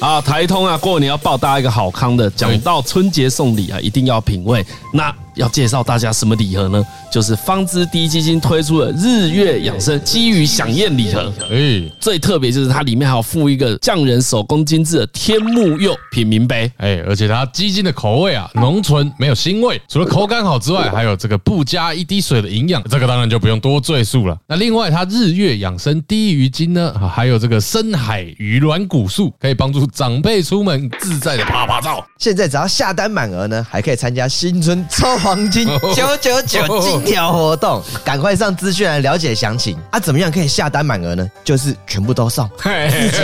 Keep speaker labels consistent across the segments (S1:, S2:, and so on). S1: 啊，台通啊，过年要报大家一个好康的。讲到春节送礼啊，一定要品味。那要介绍大家什么礼盒呢？就是方知第一基金推出的日月养生基于响宴礼盒。
S2: 哎
S1: 最特别就是它里面还有附一个匠人手工精致的天目釉品茗杯。
S2: 哎，而且它鸡精的口味啊，浓醇没有腥味，除了口感好之外，还有这个不加一滴水的营养，这个当然就不用多赘述了。那另外，它日月养生低鱼精呢，啊还有这个深海鱼软骨素，可以帮助长辈出门自在的啪啪照。
S3: 现在只要下单满额呢，还可以参加新春抽黄金九九九金条活动，赶快上资讯来了解详情啊！怎么样可以下单满额呢？就是全部都送，自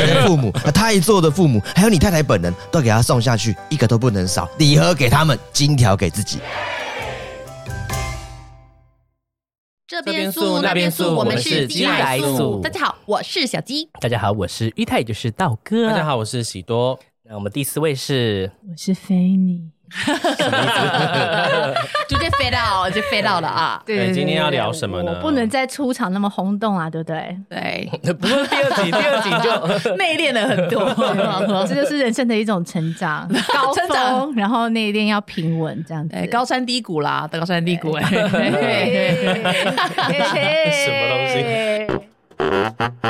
S3: 己的父母、啊他一做的父母，还有你太太本人都给他送下去，一个都不能少，礼盒给他们，金条给自己。
S4: 这
S5: 边素那边素
S4: 我们
S5: 我们
S4: 是
S5: 是鸡来素
S4: 大家好，我是小鸡，
S5: 大家好，我是玉泰，也就是道哥。
S6: 大家，好，我是喜多。
S5: 那我们第四 位是
S7: 我是菲尼。
S4: 直接飞到就飞到了 啊！
S7: 对
S6: 对今天要聊什么呢
S7: 我不能再出场那么轰动啊，对不对？
S4: 对，
S5: 不过第二 集，第二集 就
S4: 内敛了很多。
S7: 这就是人生的一种成长，高
S4: 成长
S7: 峰，然后那一定要平稳这样子
S4: 对，。高山低谷啦，高山低谷哎、
S7: 嘿
S4: 对，
S7: 嘿
S6: 什
S7: 么东西？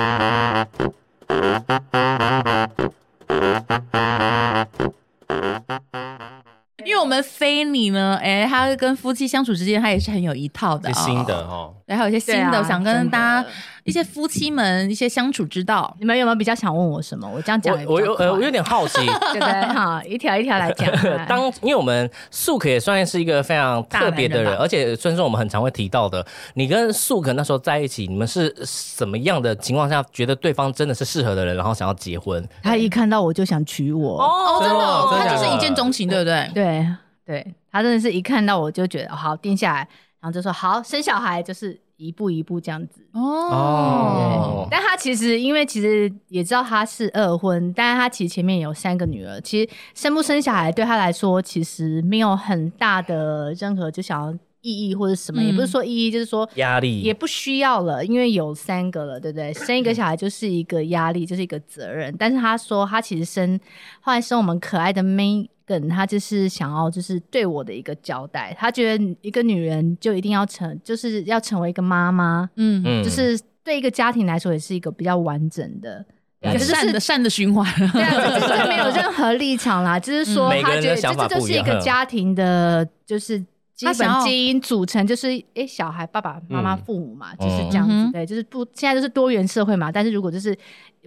S4: 因为我们菲尼呢，哎、他跟夫妻相处之间，他也是很有一套的、
S6: 是新的，哦，
S4: 然后有一些新
S7: 对
S4: 的，
S7: 啊
S4: 我想跟
S7: 真的
S4: 大家一些夫妻们一些相处之道。
S7: 你们有没有比较想问我什么？我这样讲也
S5: 我我
S7: 比较
S5: 有呃，
S7: 快
S5: 我有 点好奇，。
S7: 对不对？好，一条一条来讲
S5: 当因为我们素可也算是一个非常特别
S4: 大
S5: 的
S4: 男
S5: 人，
S4: 人吧
S5: 而且算是我们很常会提到的。你跟素可那时候在一起，你们是什么样的情况下觉得对方真的是适合的人，然后想要结婚？
S7: 他一看到我就想娶我，
S4: 哦，真的哦，
S6: 真的
S4: 他
S6: 假的
S4: 就是一见钟情，对不对？
S7: 对对，他真的是一看到我就觉得哦好定下来，然后就说好生小孩，就是一步一步这样子。
S4: 哦，
S7: 但他其实因为其实也知道他是二婚，但是他其实前面有三个女儿，其实生不生小孩对他来说其实没有很大的任何就想要意义或者什么，
S4: 嗯
S7: 也不是说意义，就是说
S6: 嗯
S5: 压力
S7: 也不需要了，因为有三个了，对不对？生一个小孩就是一个压力，就是一个责任。但是他说他其实生后来生我们可爱的 Megan，他就是想要就是对我的一个交代，他觉得一个女人就一定要成，就是要成为一个妈妈，
S4: 嗯，
S5: 嗯
S7: 就是对一个家庭来说也是一个比较完整的，
S5: 嗯
S4: 一个
S7: 这就
S4: 嗯善
S7: 是
S4: 的善的循环。
S7: 对啊，这这这没有任何立场啦，就是说
S5: 嗯每个
S7: 他
S5: 人的
S7: 觉得这
S5: 想法
S7: 这
S5: 不
S7: 就
S5: 一
S7: 是一
S5: 样
S7: 个
S5: 嗯
S7: 家庭的，就是。基
S4: 他想
S7: 本
S4: 要
S7: 基因组成就是，诶，小孩、爸爸妈妈、
S5: 嗯
S7: 父母嘛，就是
S5: 哦
S7: 这样子。
S4: 嗯哼
S7: 对，就是不，现在就是多元社会嘛。但是如果就是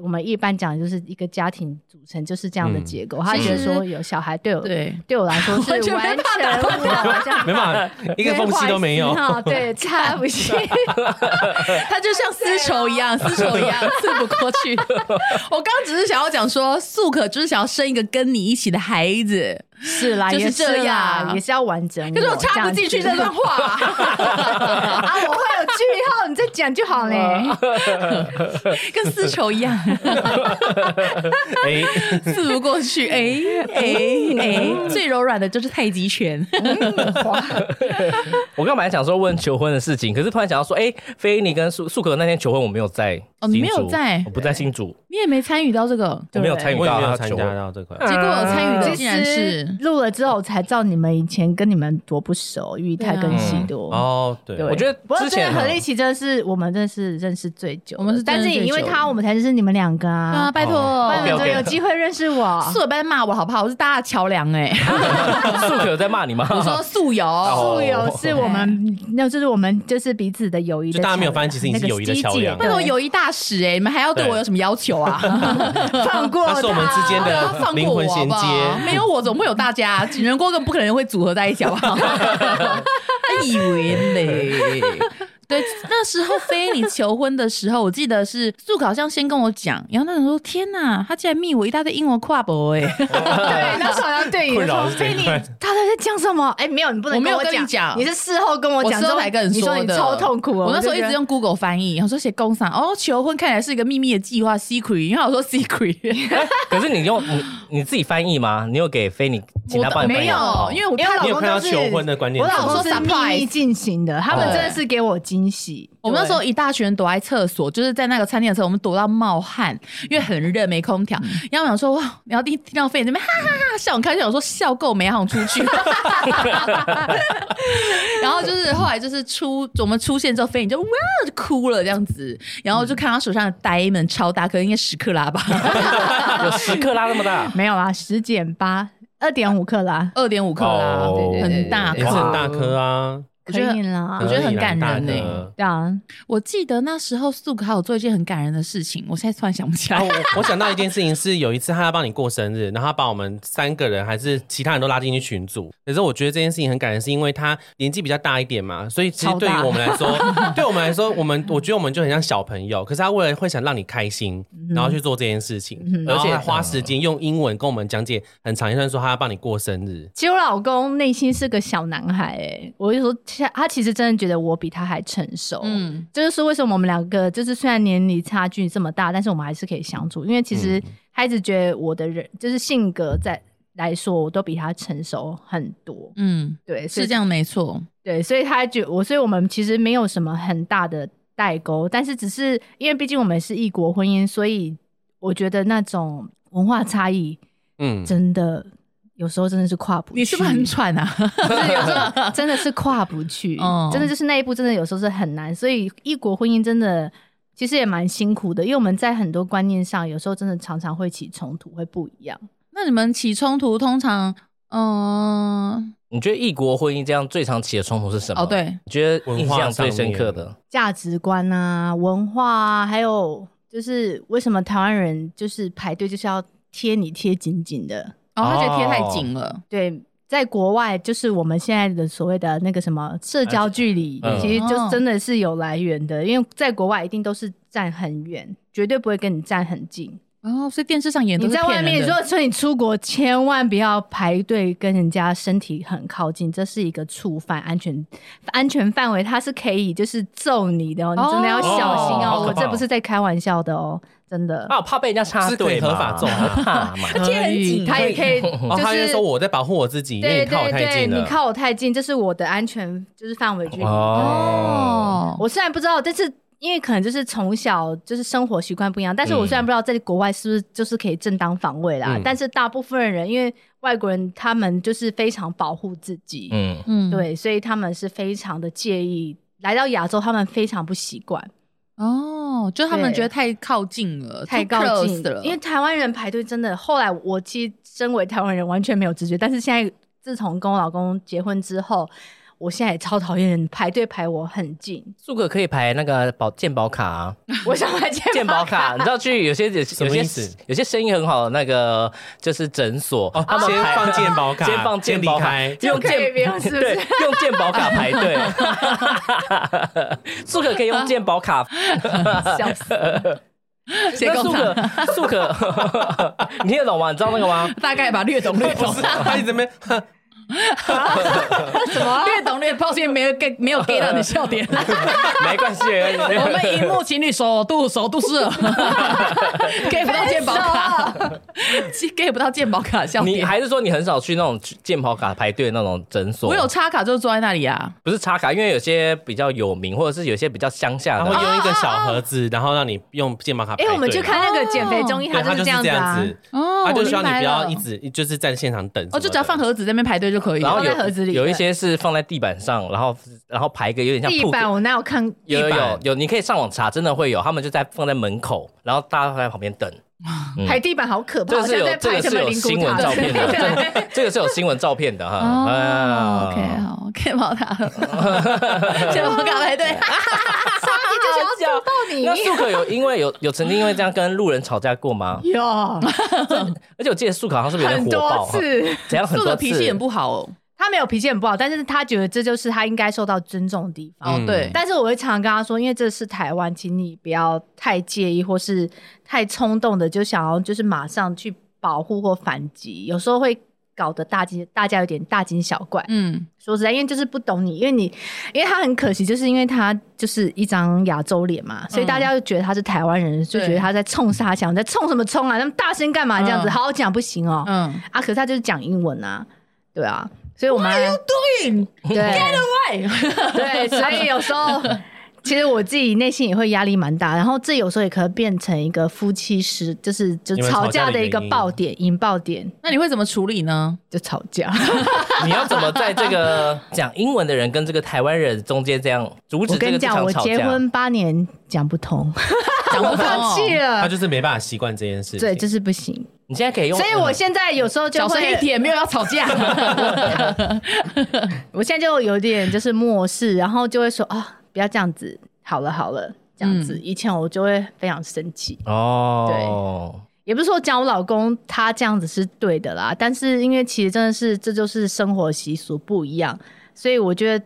S7: 我们一般讲，就是一个家庭组成就是这样的
S6: 嗯
S7: 结构。他
S4: 其
S7: 觉得
S4: 实
S7: 说有小孩对我
S4: 对，
S7: 对我来说是
S4: 完全
S7: 完全
S4: 没办法
S7: 无脑这样
S6: 没办法，一个缝隙都 没有
S7: 不。好意思哈
S4: 啊
S7: 对，插不进。
S4: 他就像丝绸一样，丝绸一 样刺不过去。我刚刚只是想要讲说，素可就是想要生一个跟你一起的孩子，
S7: 是 啦，
S4: 就是
S7: 也
S4: 这
S7: 啦
S4: 样
S7: 也是要完整我。
S4: 可是我插不进去
S7: 这
S4: 这
S7: 样子
S4: 段话，
S7: 啊，我会有句号，你再讲就 好嘞。
S4: 跟丝绸一 样
S6: 哎，
S4: 刺不过去。哎哎哎，最柔软的就是太极拳。
S5: 我刚本来想说问求婚的事情，可是突然想到说，哎、菲尼跟素素可那天求婚我没有在新竹，
S4: 哦你没有在
S5: 我不在新竹，
S4: 你也没参与到这个，
S5: 我没有参与
S6: 我也
S5: 到
S6: 没有
S5: 他
S6: 参
S5: 求
S6: 加
S5: 婚。嗯
S6: 到这块。
S4: 结果我参与的竟然
S7: 其
S4: 是
S7: 实录了之后，我才知道你们以前跟你们多不熟，玉泰跟喜多。
S6: 哦，对，
S7: 对
S5: 我觉得
S7: 不过
S5: 之
S7: 真的
S5: 前
S7: 何立奇真的是我们认识认识最久
S4: 我
S7: 的，
S4: 们是真
S7: 但
S4: 的
S7: 是
S4: 最久
S7: 也因为他，我们才认识你们两个
S4: 啊，
S7: 啊。哦
S4: 拜托
S7: 不，然你
S5: OK，OK
S7: 们有机会认识我。
S4: 素友不要再骂我好不好？我是大家的桥梁哎。
S5: 素可有在骂你吗？
S4: 我说 素友，
S7: 素友哦是我 们，那就是我们就是彼此的友谊的
S6: 就
S7: 桥梁。
S6: 大家没有发现其实你是
S7: 那个
S6: 友谊的桥
S7: 基姐
S6: 梁
S4: 拜托
S7: 对
S4: 友谊大使哎、你们还要对我有什么要求啊？
S7: 放过
S6: 那是我们之间
S4: 哦要
S6: 的
S4: 放
S6: 灵
S4: 过我
S6: 魂
S4: 好
S6: 衔
S4: 不好？
S6: 接。
S4: 没有我总会有大家，情人锅跟不可能会组合在一起好不好？他以为嘞。 对，那时候非你求婚的时候，我记得是素考好像先跟我讲，然后那人说：“天哪，他竟然密我一大堆英文跨博哎、
S7: 对，那时候好像对你
S6: 困扰
S7: 说
S6: 是：“这
S7: 菲
S6: 一
S7: 尼，
S6: 块
S7: 他在讲什么？”哎，没有，你不能
S4: 我没有
S7: 我
S4: 跟你讲
S7: 你是事后跟我
S4: 我
S7: 讲
S4: 之
S7: 之
S4: 后
S7: 后
S4: 才跟
S7: 你
S4: 说
S7: 说
S4: 的，
S7: 你超痛苦哦。
S4: 我那时候
S7: 就
S4: 一直
S7: 觉得
S4: 用 Google 翻译，我说写工商哦，求婚看起来是一个秘密的计划 secret，因为我说 secret，
S5: 可是你用你你自己翻译吗？你有给菲尼请他帮你翻
S4: 没
S5: 译哦好
S4: 有，因为我
S7: 因为
S6: 你有
S7: 老公
S6: 看到
S7: 都是
S6: 求婚的观念
S7: 我
S6: 是哦
S7: 老
S6: 什么？
S7: 公是秘密进行的，他们真的是给我惊喜。，
S4: 我们那时候一大群人躲在厕所，就是在那个餐厅的时候，我们躲到冒汗，因为很热没空调。然后我想说哇，然后听听到飞姐那边哈哈哈笑很开心，我说笑够没，好想出去。 然后就是后来就是出我们出现之后，飞姐就哇就哭了这样子，然后就看她手上的 diamond 超大，可能应该十克拉 吧，
S5: 有啊十克拉那么大
S7: 没有啦，十减八，二点五克啦，
S4: 二点五克拉，
S5: 哦
S4: 对对对很大
S6: 也是
S4: 块
S6: 很大颗啊，
S4: 我觉得
S7: 可以
S6: 嗯
S7: 啦
S4: 我觉得很感人欸呢、
S6: 可以啦很大颗
S7: 对啊，
S4: 我记得那时候素可还有做一件很感人的事情，我现在突然想不起来。
S6: 啊，我我想到一件事情是，有一次他要帮你过生日，然后他把我们三个人还是其他人都拉进去群组。可是我觉得这件事情很感人，是因为他年纪比较大一点嘛，所以其实
S4: 超
S6: 对于
S4: 大
S6: 我们来说，对我们来说，我们我觉得我们就很像小朋友。可是他为了会想让你开心，
S7: 嗯
S6: 然后去做这件事情，而且花时间用英文跟我们讲解很长一段，说他要帮你过生日。
S7: 其实我老公内心是个小男孩、哎，我就说他他其实真的觉得我比他还成熟，嗯。
S4: 嗯，
S7: 这就是为什么我们两个就是虽然年龄差距这么大，但是我们还是可以相处，因为其实他一直觉得我的人就是性格在来说，我都比他成熟很多，
S4: 嗯，
S7: 对，所以
S4: 是这样没错。
S7: 对，所以他觉我，所以我们其实没有什么很大的代沟，但是只是因为毕竟我们是异国婚姻，所以我觉得那种文化差异
S6: 嗯，
S7: 真的有时候真的是跨不去，
S4: 你是不是很喘啊？
S7: 就是有时 候 真的是跨不去，
S4: 嗯
S7: 真的就是那一步真的有时候是很难，所以异国婚姻真的其实也蛮辛苦的，因为我们在很多观念上有时候真的常常会起冲突，会不一样。
S4: 那你们起冲突通常，嗯、
S5: 你觉得异国婚姻这样最常起的冲突是什么？
S4: 哦，，对，
S5: 你觉得印
S6: 文化
S5: 象
S6: 上
S5: 最
S6: 面
S5: 深刻的？
S7: 价值观啊、文化啊，还有就是为什么台湾人就是排队就是要贴你贴紧紧的？
S4: 哦，他觉得贴太
S5: 哦
S4: 紧了，
S7: 对，在国外就是我们现在的所谓的那个什么社交距离，
S5: 嗯
S7: 其实就真的是有来源的，因为在国外一定都是站很远，绝对不会跟你站很近。
S4: 哦，所以电视上演都
S7: 你
S4: 是
S7: 在外
S4: 骗人
S7: 面，
S4: 的
S7: 如果说你出国，千万不要排队跟人家身体很靠近，这是一个触犯安全安全范围，它是可以就是揍你的哦，你真的要小心
S5: 哦好
S7: 哦。
S5: 可
S7: 我
S5: 怕哦
S7: 这不是在开玩笑的哦，真的。
S5: 啊，我怕被人家插
S6: 是可以
S5: 队嘛，
S6: 合法揍
S5: 我
S6: 啊
S5: 怕 嘛。
S4: 贴 很紧，
S7: 他也可以，
S6: 哦，他
S7: 就
S6: 就是说我在保护我自己，因为你
S7: 对
S6: 靠我
S7: 对
S6: 太
S7: 对，
S6: 近
S7: 你
S6: 了。
S7: 靠我太近，这是我的安全就是范围距离。
S5: 哦，
S4: 哦，
S7: 我虽然不知道，但是因为可能就是从小就是生活习惯不一样，但是我虽然不知道在国外是不是就是可以正当防卫啦，
S6: 嗯
S7: 但是大部分人因为外国人他们就是非常保护自己，
S5: 嗯，
S4: 嗯，
S7: 对，所以他们是非常的介意。来到亚洲，他们非常不习惯，
S4: 哦，就他们
S7: 对
S4: 觉得太靠近了，
S7: 太
S4: too
S7: 靠
S4: close
S7: 近
S4: 了，
S7: 因为台湾人排队真的，后来我其实身为台湾人完全没有直觉，但是现在自从跟我老公结婚之后，我现在也超讨厌人排队排我很近，
S5: 苏可可以排那个保健保 卡啊，
S7: 我想买健
S5: 健保卡，你知道去有些有
S6: 么
S5: 些有
S6: 意
S5: 些
S6: 思
S5: 有些生意很好的那个就是诊所，
S6: 哦，
S7: 啊
S5: 他们
S6: 先
S5: 排
S6: 放健保卡，
S5: 先放健保卡
S6: 先离，开
S5: 用
S7: 就可以
S5: 健
S7: 不用是不是
S5: 对用健保卡排 队， 苏可可以用健保 卡，
S7: 笑死。
S4: 谁
S5: 那
S4: 够
S5: 苏
S4: 惨？
S5: 可苏可， 你听得懂吗？你知道那个 吗？
S4: 大概吧，略懂略懂
S6: 不，是他一直在那边
S4: 什么 略懂略懂，抱歉，没有 get 没有 get 到你的笑 点。
S5: 没关系，没关系
S4: 我们荧幕情侣首度首度是 给不到健保卡， 给不到健保卡笑
S5: 你
S4: 点。
S5: 还是说你很少去那种健保卡排队的那种诊所？
S4: 我有插卡就是坐在那里啊，
S5: 不是插卡，因为有些比较有名，或者是有些比较乡下
S6: 他
S5: 的
S6: 会，
S7: 哦
S6: 用一个小盒子，然后让你用健
S5: 啊
S6: 保卡排队
S7: 哎、
S6: 嘛。
S7: 我们去看那个减肥综艺，
S6: 对，
S7: 就
S6: 他
S7: 是
S6: 就是
S7: 样
S6: 这
S7: 啊
S6: 样。子，
S4: 哦
S6: 他就希望你
S4: 我明白
S6: 不
S4: 了
S6: 要一直就是在现场等什么的。
S4: 哦，就只要放盒子在那边排队就可以了。
S5: 然后
S7: 放在盒子
S5: 有
S7: 里
S5: 有一
S7: 对
S5: 些是放在地板上，然后然后排一个有点像
S7: 地
S5: 啊铺
S7: 板我哪有看？
S5: 有有
S6: 地
S5: 嗯有
S6: 板
S5: 有，你可以上网查，真的会有，他们就在放在门口，然后大家会在旁边等。嗯
S7: 排地板好可怕，
S5: 这
S7: 好
S5: 是
S7: 像
S5: 有
S7: 在
S5: 这
S7: 排
S5: 个
S7: 什
S5: 是
S7: 么
S5: 有
S7: 灵
S5: 新
S7: 骨
S5: 闻
S7: 塔
S5: 照
S7: 之类
S5: 片的
S7: 的。，
S5: 这个是有新闻照片的哈。
S4: 哦
S5: 啊
S4: ，OK，好，get 到他了， 健保卡排队。
S7: 就是要揍到你
S5: 那素可有因为 有有曾经因为这样跟路人吵架过吗？
S7: 有
S5: 而且我记得素可好像是不是有
S7: 很
S5: 点火爆
S7: 多
S5: 哈？
S7: 次，
S5: 怎样很
S4: 素
S5: 多
S4: 的
S5: 次
S4: 脾气很不好哦。
S7: 他没有脾气很不好，但是他觉得这就是他应该受到尊重的地方。
S4: 哦，
S5: 嗯
S4: 对，
S7: 但是我会常常跟他说，因为这是台湾，请你不要太介意或是太冲动的，就想要就是马上去保护或反击，有时候会搞得大惊大家有点大惊小怪。
S4: 嗯，
S7: 说实在，因为就是不懂你，因为你，因为他很可惜，就是因为他就是一张亚洲脸嘛，所以大家就觉得他是台湾人，就觉得他在冲沙墙，你在冲什么冲啊？那么大声干嘛？这样子、
S4: 嗯
S7: 好好讲不行哦、
S4: 嗯
S7: 啊，可是他就是讲英文啊，对啊，所以我们 What are you doing? 对对，所以有时候。其实我自己内心也会压力蛮大，然后这有时候也可以变成一个夫妻时，就是就
S6: 你们吵
S7: 吵
S6: 架
S7: 架
S6: 的
S7: 的一个
S6: 原因
S7: 爆点，引爆点
S4: 那你会怎么处理呢？
S7: 就吵架。
S5: 你要怎么在这个讲英文的人跟这个台湾人中间这样阻止
S7: 我
S5: 这
S7: 跟
S5: 个
S7: 你
S5: 这
S7: 讲，
S5: 场
S7: 我
S5: 吵
S7: 结
S5: 架？
S7: 婚八年讲不通，
S4: 讲不通
S7: 放
S4: 哦
S7: 弃
S6: 他
S7: 了，
S6: 就是没办法习惯这件事情。
S7: 对，就是不行。
S5: 你现在可以用，嗯
S7: 所以我现在有时候就
S4: 小声一
S7: 会，
S4: 点，没有要吵 架。
S7: 我现在就有点就是漠视，然后就会说啊，不要这样子，好了好了，这样
S4: 嗯
S7: 子。以前我就会非常生气，
S5: 哦，
S7: 也不是说讲我老公他这样子是对的啦，但是因为其实真的是这就是生活习俗不一样，所以我觉得。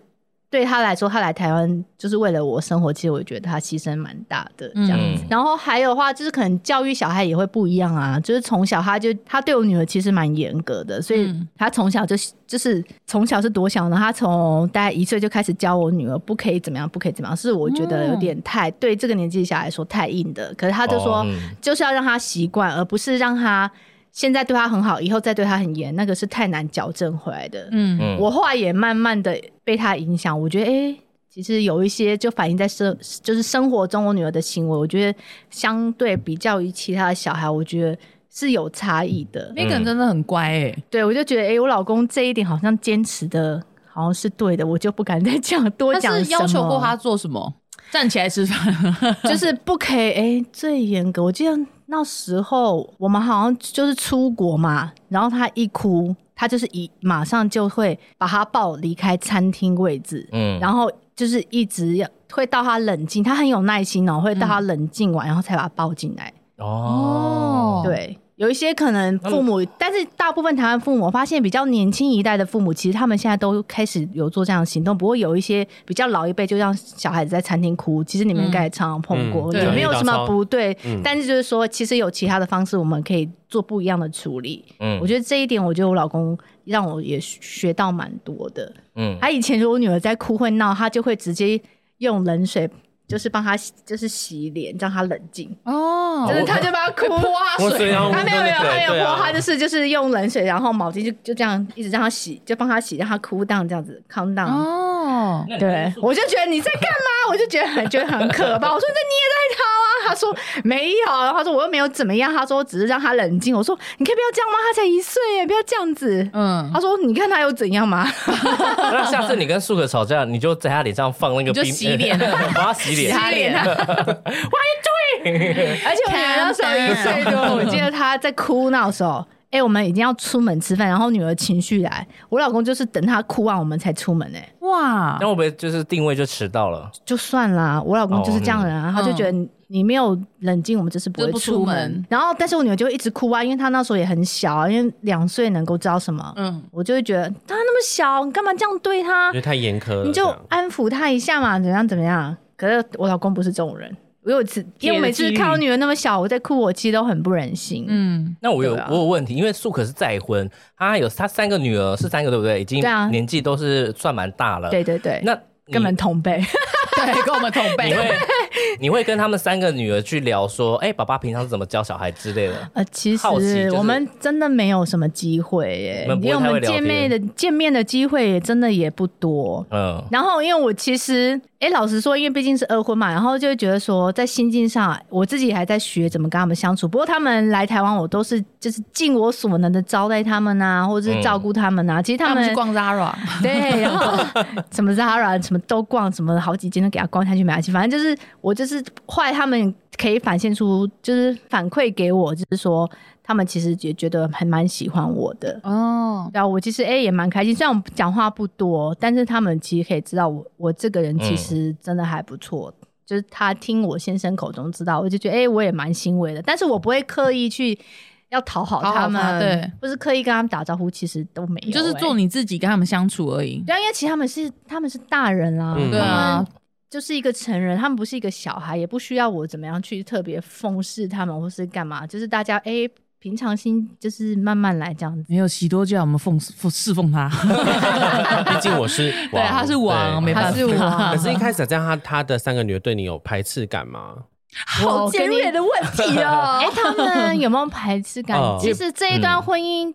S7: 对他来说，他来台湾就是为了我生活，其实我觉得他牺牲蛮大的，这样子。
S5: 嗯，
S7: 然后还有的话，就是可能教育小孩也会不一样啊。就是从小他就他对我女儿其实蛮严格的，所以
S4: 嗯
S7: 他从小就就是从小是多小呢？他从大概一岁就开始教我女儿不可以怎么样，不可以怎么样，是我觉得有点
S4: 嗯
S7: 太、对这个年纪小孩来说太硬的。可是他就说，
S5: 哦嗯
S7: 就是要让他习惯，而不是让他现在对他很好，以后再对他很严，那个是太难矫正回来的。
S4: 嗯
S5: 嗯
S7: 我后来也慢慢的被他影响，我觉得哎、诶其实有一些就反映在生，就是生活中我女儿的行为，我觉得相对比较于其他的小孩，我觉得是有差异的。
S4: ，Megan 真的很乖哎，
S7: 对我就觉得哎、诶我老公这一点好像坚持的好像是对的，我就不敢再讲多讲
S4: 他
S7: 什么。
S4: 是要求过他， 做什么？站起来吃饭，
S7: 就是不可以哎、诶最严格。我记得那时候我们好像就是出国嘛，然后他一哭。他就是一马上就会把他抱离开餐厅位置，
S5: 嗯
S7: 然后就是一直要会到他冷静，他很有耐心哦，会到他冷静完，然后才把他抱进来。
S5: 哦，
S7: 对，有一些可能父母，但是大部分台湾父母，我发现比较年轻一代的父母，其实他们现在都开始有做这样的行动。不过有一些比较老一辈，就让小孩子在餐厅哭，其实你们应该也常常碰过，
S6: 嗯
S4: 对
S7: 也没有什么不对。
S6: 嗯
S7: 但是就是说，其实有其他的方式，我们可以做不一样的处理。
S5: 嗯
S7: 我觉得这一点，我觉得我老公让我也学到蛮多的。
S5: 嗯
S7: 他以前如果女儿在哭会闹，他就会直接用冷水，就是帮她洗就是洗脸，让她冷静。
S4: 哦
S7: 就是他就帮她哭啊
S6: 我水啊
S7: 他没有没有
S6: 我真的
S7: 他没有
S6: 对啊
S7: 泼，他就是就是用冷水，然后毛巾就就这样一直让她洗，就帮她洗，让她哭 down 这样子 calm down。
S4: 哦，
S7: 对，我就觉得你在干嘛？我就觉得很觉得很可怕。我说那你也在逃啊？他说没有，然后他说我又没有怎么样，他说只是让她冷静。我说你可以不要这样吗？她才一岁耶，不要这样子。
S4: 嗯，
S7: 他说你看她有怎样吗？
S5: 那下次你跟素可吵架，你就在他脸上放那个
S4: 你就
S5: 冰，
S4: 洗 脸
S5: 我要洗
S7: 洗
S5: 脸，
S7: 他脸啊！我还对，而且我女儿那时候一岁多，我记得她在哭闹的时候，哎、我们已经要出门吃饭，然后女儿情绪来，我老公就是等她哭完我们才出门、哎，
S4: 哇
S5: 那，会不会就是定位就迟到了？
S7: 就算啦，我老公就是这样的人、啊，他就觉得你。你没有冷静，我们就是不会
S4: 就是不出
S7: 出门。
S4: 门
S7: 然后，但是我女儿就会一直哭啊，因为她那时候也很小啊，因为两岁能够知道什么，
S4: 嗯
S7: 我就会觉得她那么小，你干嘛这样对她
S6: 因？为太严苛了，
S7: 你就
S6: 这样
S7: 安抚他一下嘛，怎样怎么样？可是我老公不是这种人，我有一次，因为我每次看我女儿那么小，我在哭，我其实都很不忍心。嗯，
S4: 嗯，
S5: 那我有、
S7: 对啊
S5: 我有问题，因为素可是再婚，她有她三个女儿，是三个对不对？已经
S7: 对啊
S5: 年纪都是算蛮大了。
S7: 对对对，
S5: 那你
S7: 根本同 辈。
S4: 对，跟我们同辈
S5: 你，会 你会跟他们三个女儿去聊说，哎、爸爸平常是怎么教小孩之类的。
S7: 呃，其实
S5: 好奇就是
S7: 我们真的没有什么机会耶，
S5: 你们不
S7: 因
S5: 会
S7: 为
S5: 太
S7: 我们
S5: 会聊
S7: 见面的见面的机会也真的也不多。
S5: 嗯，
S7: 然后，因为我其实，哎，老实说，因为毕竟是二婚嘛，然后就会觉得说，在心境上，我自己还在学怎么跟他们相处。不过他们来台湾，我都是就是尽我所能的招待他们啊，或者
S5: 嗯
S7: 是照顾他们啊。其实他
S4: 他们
S7: 们
S4: 去逛 Zara，
S7: 对，然后什么 Zara 什么都逛，什么好几间都给他逛下去，没关系。反正就是我就是后来他们可以反现出，就是反馈给我，就是说他们其实也觉得还蛮喜欢我的。
S4: 哦，
S7: 对啊，我其实哎、也蛮开心，虽然我讲话不多，但是他们其实可以知道我我这个人其实真的还不错。就是他听我先生口中知道，我就觉得哎、我也蛮欣慰的。但是我不会刻意去要讨好
S4: 讨好
S7: 他们，
S4: 他对，
S7: 不是刻意跟他们打招呼，其实都没有、
S4: 你就是
S7: 哎
S4: 做你自己，跟他们相处而已。
S7: 对啊，因为其实他们是他们是大人啦、
S6: 嗯
S4: 对啊，
S7: 就是一个成人，他们不是一个小孩，也不需要我怎么样去特别奉侍他们或是干嘛，就是大家哎、平常心，就是慢慢来这样子。
S8: 没有喜多就要我们奉奉侍奉他，
S6: 毕竟我是
S4: 对，他是王，
S6: 对
S4: 没办
S7: 他是啊王
S4: 法，
S6: 可是，一开始这样，他他的三个女儿对你有排斥感吗？
S4: 好尖锐的问题哦
S7: 哎、。他们有没有排斥感？
S6: 哦
S7: 其实这一段婚姻、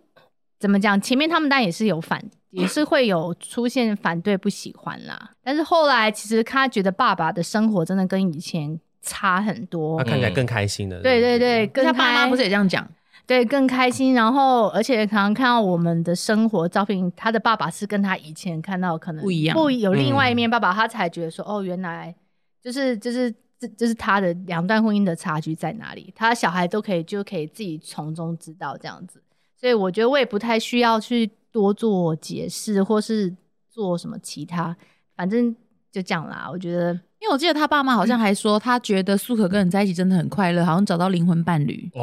S7: 怎么讲？前面他们当然也是有反，也是会有出现反对、不喜欢啦。但是后来，其实他觉得爸爸的生活真的跟以前差很多。
S6: 他看起来更开心的。
S7: 对对
S6: 哦
S7: 对，
S4: 嗯跟
S7: 跟
S4: 他爸妈
S7: 开
S4: 不是也这样讲？
S7: 对更开心，然后而且常常看到我们的生活照片，他的爸爸是跟他以前看到可能
S4: 不一样嗯
S7: 不有另外一面爸爸，他才觉得说哦，原来就是就是这就是他的两段婚姻的差距在哪里，他小孩都可以就可以自己从中知道这样子，所以我觉得我也不太需要去多做解释或是做什么其他，反正就这样啦，我觉得。
S4: 因为我记得他爸妈好像还说，他觉得素可跟人在一起真的很快乐，好像找到灵魂伴侣。
S7: 对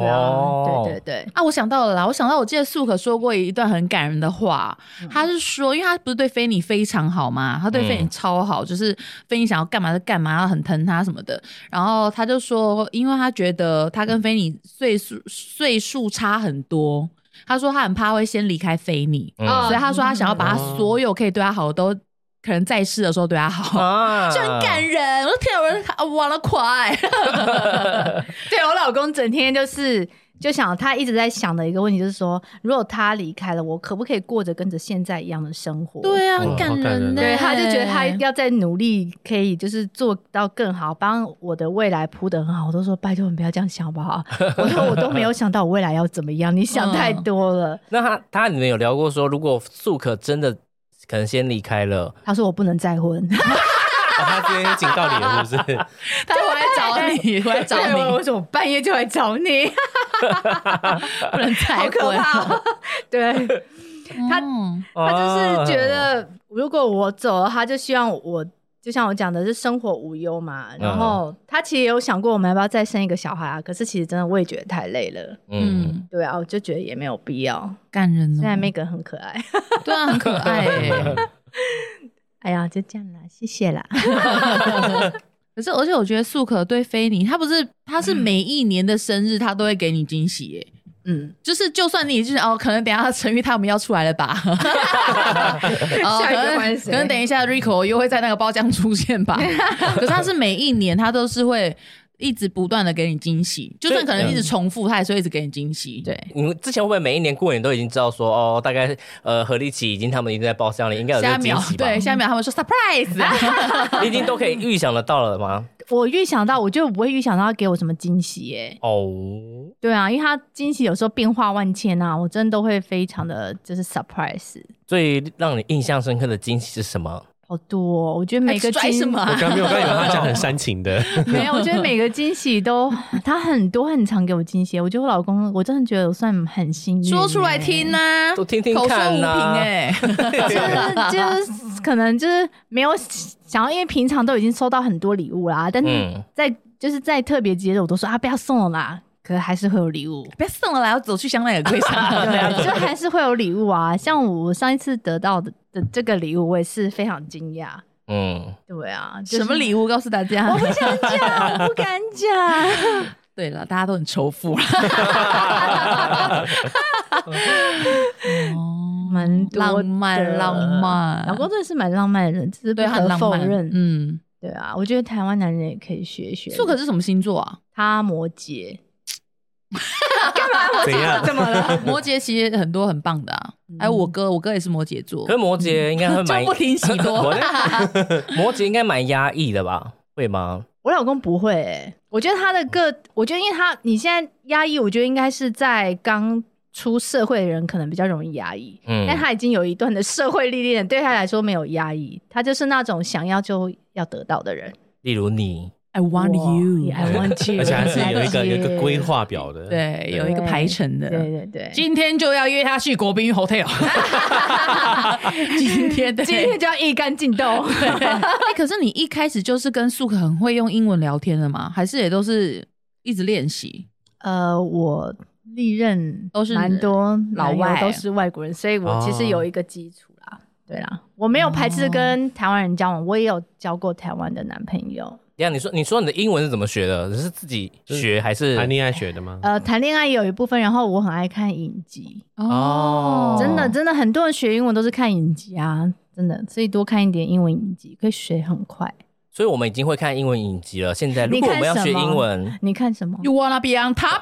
S7: 啊，
S5: 哦
S7: 对对对，
S4: 啊，我想到了啦！我想到，我记得素可说过一段很感人的话，他是说，因为他不是对菲尼非常好嘛，他对菲尼超好，就是菲尼想要干嘛就干嘛，很疼他什么的。然后他就说，因为他觉得他跟菲尼岁数岁数差很多，他说他很怕会先离开菲尼，
S5: 嗯
S4: 所以他说他想要把他
S6: 哦
S4: 所有可以对他好的都，可能在世的时候对他好。
S5: 啊
S4: 哦就很感人，我的天啊，我的啊完了快！
S7: 对我老公整天就是就想他一直在想的一个问题就是说，如果他离开了，我可不可以过着跟着现在一样的生活？
S4: 对啊，
S6: 哇
S4: 很感
S6: 好感
S4: 人
S6: 人
S4: 呢。
S7: 对，他就觉得他要再努力，可以就是做到更好，帮我的未来铺得很好。我都说拜托你不要这样想好不好？我说我都没有想到我未来要怎么样，你想太
S4: 嗯
S7: 多了。
S5: 那他他你们有聊过说，如果素可真的可能先离开了，
S7: 他说我不能 再婚，
S6: 哦他今天警告你了，是不是？
S4: 他回来找 你，回来找
S7: 对我
S4: 你，
S7: 我说我半夜就来找你，
S4: 不能
S7: 好
S4: 再
S7: 可
S4: 婚。
S7: 怕、哦。对。
S4: 他
S7: 他就是觉
S5: 啊
S7: 得，如果我走了，他就希望我，就像我讲的，是生活无忧嘛。然后他其实也有想过，我们要不要再生一个小孩啊？可是其实真的，我也觉得太累了。
S5: 嗯，
S4: 嗯，
S7: 对啊，我就觉得也没有必要。
S8: 感人
S7: 虽然
S8: 哦。
S7: Meg 很可爱，
S4: 对啊，很可爱 欸。
S7: 哎呀，就这样啦，谢谢啦。
S4: 可是，而且我觉得素可对菲尼，他不是，他是每一年的生日，他都会给你惊喜耶。
S7: 嗯，
S4: 就是，就算你就是哦，可能等一下陈玉他们要出来了吧， 哦，
S7: 下一
S4: 可
S7: 个
S4: 能
S7: 换谁
S4: 可能等一下 Rico 又会在那个包厢出现 吧。可是他是每一年他都是会一直不断的给你惊喜，就算可能一直重复，他也是会一直给你惊喜。对，
S5: 你们之前会不会每一年过年都已经知道说哦，大概呃何立奇已经他们已经在包厢里，应该有这
S4: 下
S5: 个
S4: 一
S5: 惊
S4: 秒
S5: 喜吧？
S4: 对，下一秒他们说 surprise 啊。
S5: 你已经都可以预想得到了吗？
S7: 我预想到，我就不会预想到他给我什么惊喜耶、
S5: 哦，
S7: 对啊，因为他惊喜有时候变化万千啊，我真的都会非常的就是 surprise，
S5: 最让你印象深刻的惊喜是什么？
S7: 好多、哦。我觉得每个
S4: 拽
S7: 惊
S4: 什么、
S6: 我
S4: 啊？
S6: 刚没有，我刚以为他讲很煽情的。
S7: 没有，我觉得每个惊喜都，他很多很常给我惊喜。我觉得我老公，我真的觉得我算很幸运。
S4: 说出来听、啊呐、
S5: 都听听
S4: 口说无
S5: 看啊
S4: 凭
S5: 呐、
S4: 哎、
S7: 欸就是就是可能就是没有想要，因为平常都已经收到很多礼物啦，但是
S5: 嗯
S7: 在、就是在特别节日，我都说啊不要送了啦，可是还是会有礼物。
S4: 不要送了啦，要走去香奈儿柜 上。啊
S7: 对，就还是会有礼物啊。像我上一次得到的的这个礼物，我也是非常惊讶。
S5: 嗯，
S7: 对啊，就是
S4: 什么 礼物？告诉大家
S7: 我。不想讲，我不敢讲。
S4: 对了，大家都很仇富啦。 哦
S7: 蛮多的
S4: 浪漫，浪漫。
S7: 老公真的是蛮浪漫的人，这是不
S4: 对很
S7: 可
S4: 浪
S7: 否
S4: 漫，
S7: 认。
S4: 嗯，
S7: 对啊，我觉得台湾男人也可以学一学。
S4: 素可是什么星座 啊？
S7: 他摩羯，
S6: 怎 样？
S7: 怎么了？
S4: 摩羯其实很多很棒的啊。还有我哥，我哥也是摩羯座
S5: 可，是摩羯应该 会蛮
S4: 就不听喜
S5: 我
S4: 多。
S5: 在摩羯应该蛮压抑的吧？会吗？
S7: 我老公不会、欸，我觉得他的个，我觉得因为他你现在压抑，我觉得应该是在刚出社会的人可能比较容易压抑，
S5: 嗯
S7: 但他已经有一段的社会历练，对他来说没有压抑，他就是那种想要就要得到的人。
S5: 例如你，
S4: I want you，
S7: I want you，
S6: 而且还是有一个有
S7: I like you
S6: 一个规。划表 的。
S4: 对，有一个排程
S7: 对
S4: 的。
S7: 对对，
S4: 今天就要约他去国宾 hotel。今天的
S7: 今天就要一干净斗。
S4: 哎、可是你一开始就是跟素可很会用英文聊天的吗？还是也都是一直练习？
S7: 呃，我历任
S4: 都是
S7: 蛮多
S4: 老
S7: 男友
S4: 外
S7: 都是外国人，所以我其实有一个基础哦啦。对啦，我没有排斥跟台湾人交往，我也有交过台湾的男朋友。
S5: 等一下你说你说你的英文是怎么学的？你是自己学还是
S6: 谈恋爱学的吗？
S7: 呃，谈恋爱也有一部分，然后我很爱看影集，
S5: 哦
S7: 真的真的很多人学英文都是看影集啊，真的，所以多看一点英文影集可以学很快。
S5: 所以我们已经会看英文影集了。现在如
S7: 你
S5: 果我
S7: 看
S5: 们要
S7: 什
S5: 学
S7: 么
S5: 英文，
S7: 你看什么？
S4: You wanna be on top？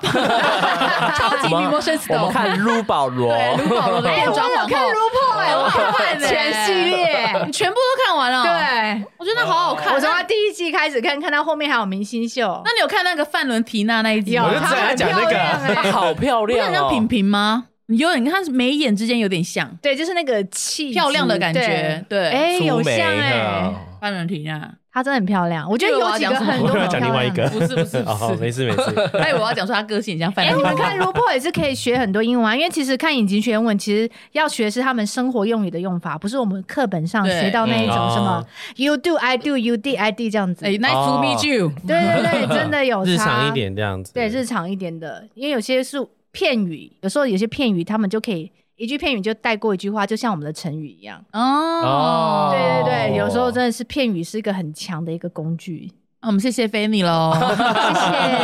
S4: 超级女魔神 s
S5: 我们
S4: o
S5: 看卢保罗，
S4: 对，卢保罗的
S7: 哎
S4: 变装皇后，
S7: 破哎，我有 看全系列
S4: 你。全部都看完了？，
S7: 对，
S4: 我觉得好好看。啊
S7: 我从他第一季开始看，看到后面还有明星秀
S4: 那，你有看那个范伦缇娜那一集
S7: 有
S4: 吗？
S6: 我就知道
S7: 她
S6: 要
S7: 很
S6: 讲这
S7: 漂
S6: 个
S7: 亮
S5: 她
S7: 哎。
S5: 好漂
S4: 不是
S5: 亮
S4: 很像
S5: 哦。
S4: 品品吗？你有点，你看眉眼之间有点像
S7: 对，就是那个气质
S4: 漂亮的感觉，。对，
S7: 对哎，有
S5: 粗
S7: 像
S5: 眉
S7: 哎，
S5: 啊
S4: 范伦缇娜。
S7: 她真的很漂亮。我觉得有几个很多
S6: 我要
S7: 很
S6: 讲
S7: 漂
S6: 另外一
S7: 亮
S6: 个
S7: 的。
S4: 不是不是
S6: 哦，
S4: 不
S6: 没
S4: 呃是，
S6: 事没事，
S4: 哎，我要讲说他个性很像范
S7: 哎，
S4: 伦
S7: 你
S4: 缇
S7: 们
S4: 娜。
S7: 看 RuPaul 也是可以学很多英文啊，因为其实看影集学英文，其实要学是他们生活用语的用法，不是我们课本上
S4: 对
S7: 学到那一种
S6: 嗯
S7: 什么
S6: 哦
S7: you do I do you did I did 这样子。
S4: 哎，Nice to meet you。
S7: 对 对对，真的有
S6: 日
S7: 差
S6: 常一点这样子。
S7: 对，日常一点的，因为有些是片语，有时候有些片语他们就可以一句片语就带过一句话，就像我们的成语一样。
S4: 哦，
S7: 对对对，
S5: 哦
S7: 有时候真的是片语是一个很强的一个工 具。
S4: 那我们谢谢菲尼喽。
S7: 谢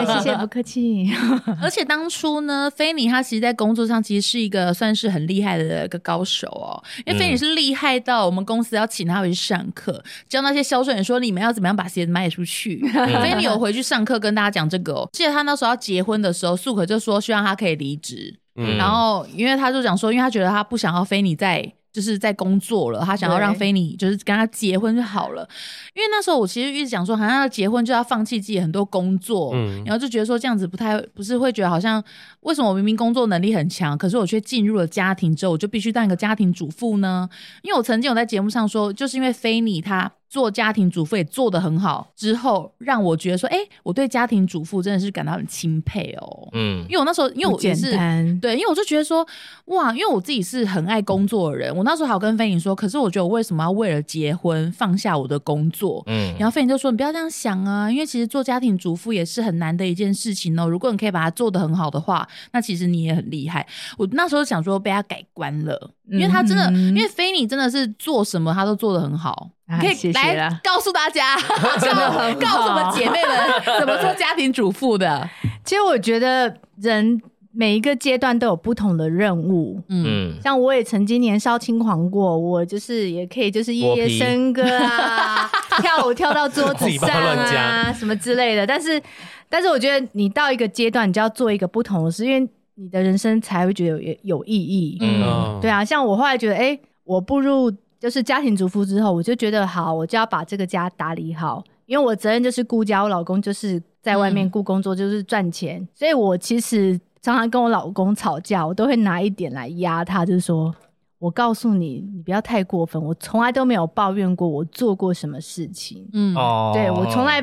S7: 谢谢谢，不客气。
S4: 而且当初呢，菲尼她其实，在工作上其实是一个算是很厉害的一个高手哦，因为菲尼是厉害到我们公司要请她回去上课，教那些销售员说你们要怎么样把鞋子卖出去。 菲尼有回去上课跟大家讲这个、哦，记得她那时候要结婚的时候，素可就说希望她可以离职，
S6: 嗯
S4: 然后因为她就讲说，因为她觉得她不想要菲尼在。就是在工作了，她想要让
S7: 对
S4: 菲尼就是跟她结婚就好了。因为那时候我其实一直讲说，好像要结婚就要放弃自己很多工作，
S6: 嗯
S4: 然后就觉得说这样子不太不是会觉得好像为什么我明明工作能力很强，可是我却进入了家庭之后，我就必须当一个家庭主妇呢？因为我曾经有在节目上说，就是因为菲尼她做家庭主妇也做得很好，之后让我觉得说，哎、我对家庭主妇真的是感到很钦佩哦。
S5: 嗯
S4: 因，为我那时候，因为我
S7: 不
S4: 也
S7: 简
S4: 是
S7: 单，
S4: 对，因为我就觉得说，哇，因为我自己是很爱工作的人，我那时候还有跟菲尼说，可是我觉得我为什么要为了结婚放下我的工作？
S5: 嗯
S4: 然后菲尼就说：“你不要这样想啊，因为其实做家庭主妇也是很难的一件事情哦。如果你可以把它做得很好的话，那其实你也很厉害。”我那时候想说被他改观了，因为他真的，
S7: 嗯
S4: 因为菲尼真的是做什么他都做得很好。
S7: 啊
S4: 可以
S7: 谢谢
S4: 来
S7: 啦
S4: 告诉大 家，告
S7: 很
S4: 告诉我们
S7: 好
S4: 姐妹 们怎么做家庭主妇的。
S7: 其实我觉得人每一个阶段都有不同的任务。
S4: 嗯，
S5: 嗯，
S7: 像我也曾经年少轻狂过，我就是也可以就是夜夜笙歌啊，跳舞跳到桌子
S6: 自己
S7: 上
S6: 帮他乱
S7: 啊，
S6: 加
S7: 什么之类的。但是，但是我觉得你到一个阶段，你就要做一个不同的事，因为你的人生才会觉得有有意义。
S5: 嗯
S6: 哦
S7: 对，啊，像我后来觉得，哎、我步入就是家庭主妇之后，我就觉得好，我就要把这个家打理好，因为我责任就是顾家，我老公就是在外面
S4: 嗯
S7: 顾工作，就是赚钱，所以我其实常常跟我老公吵架，我都会拿一点来压他，就是说。我告诉你，你不要太过分。我从来都没有抱怨过我做过什么事情。
S4: 嗯，
S5: 哦
S7: 对我从来，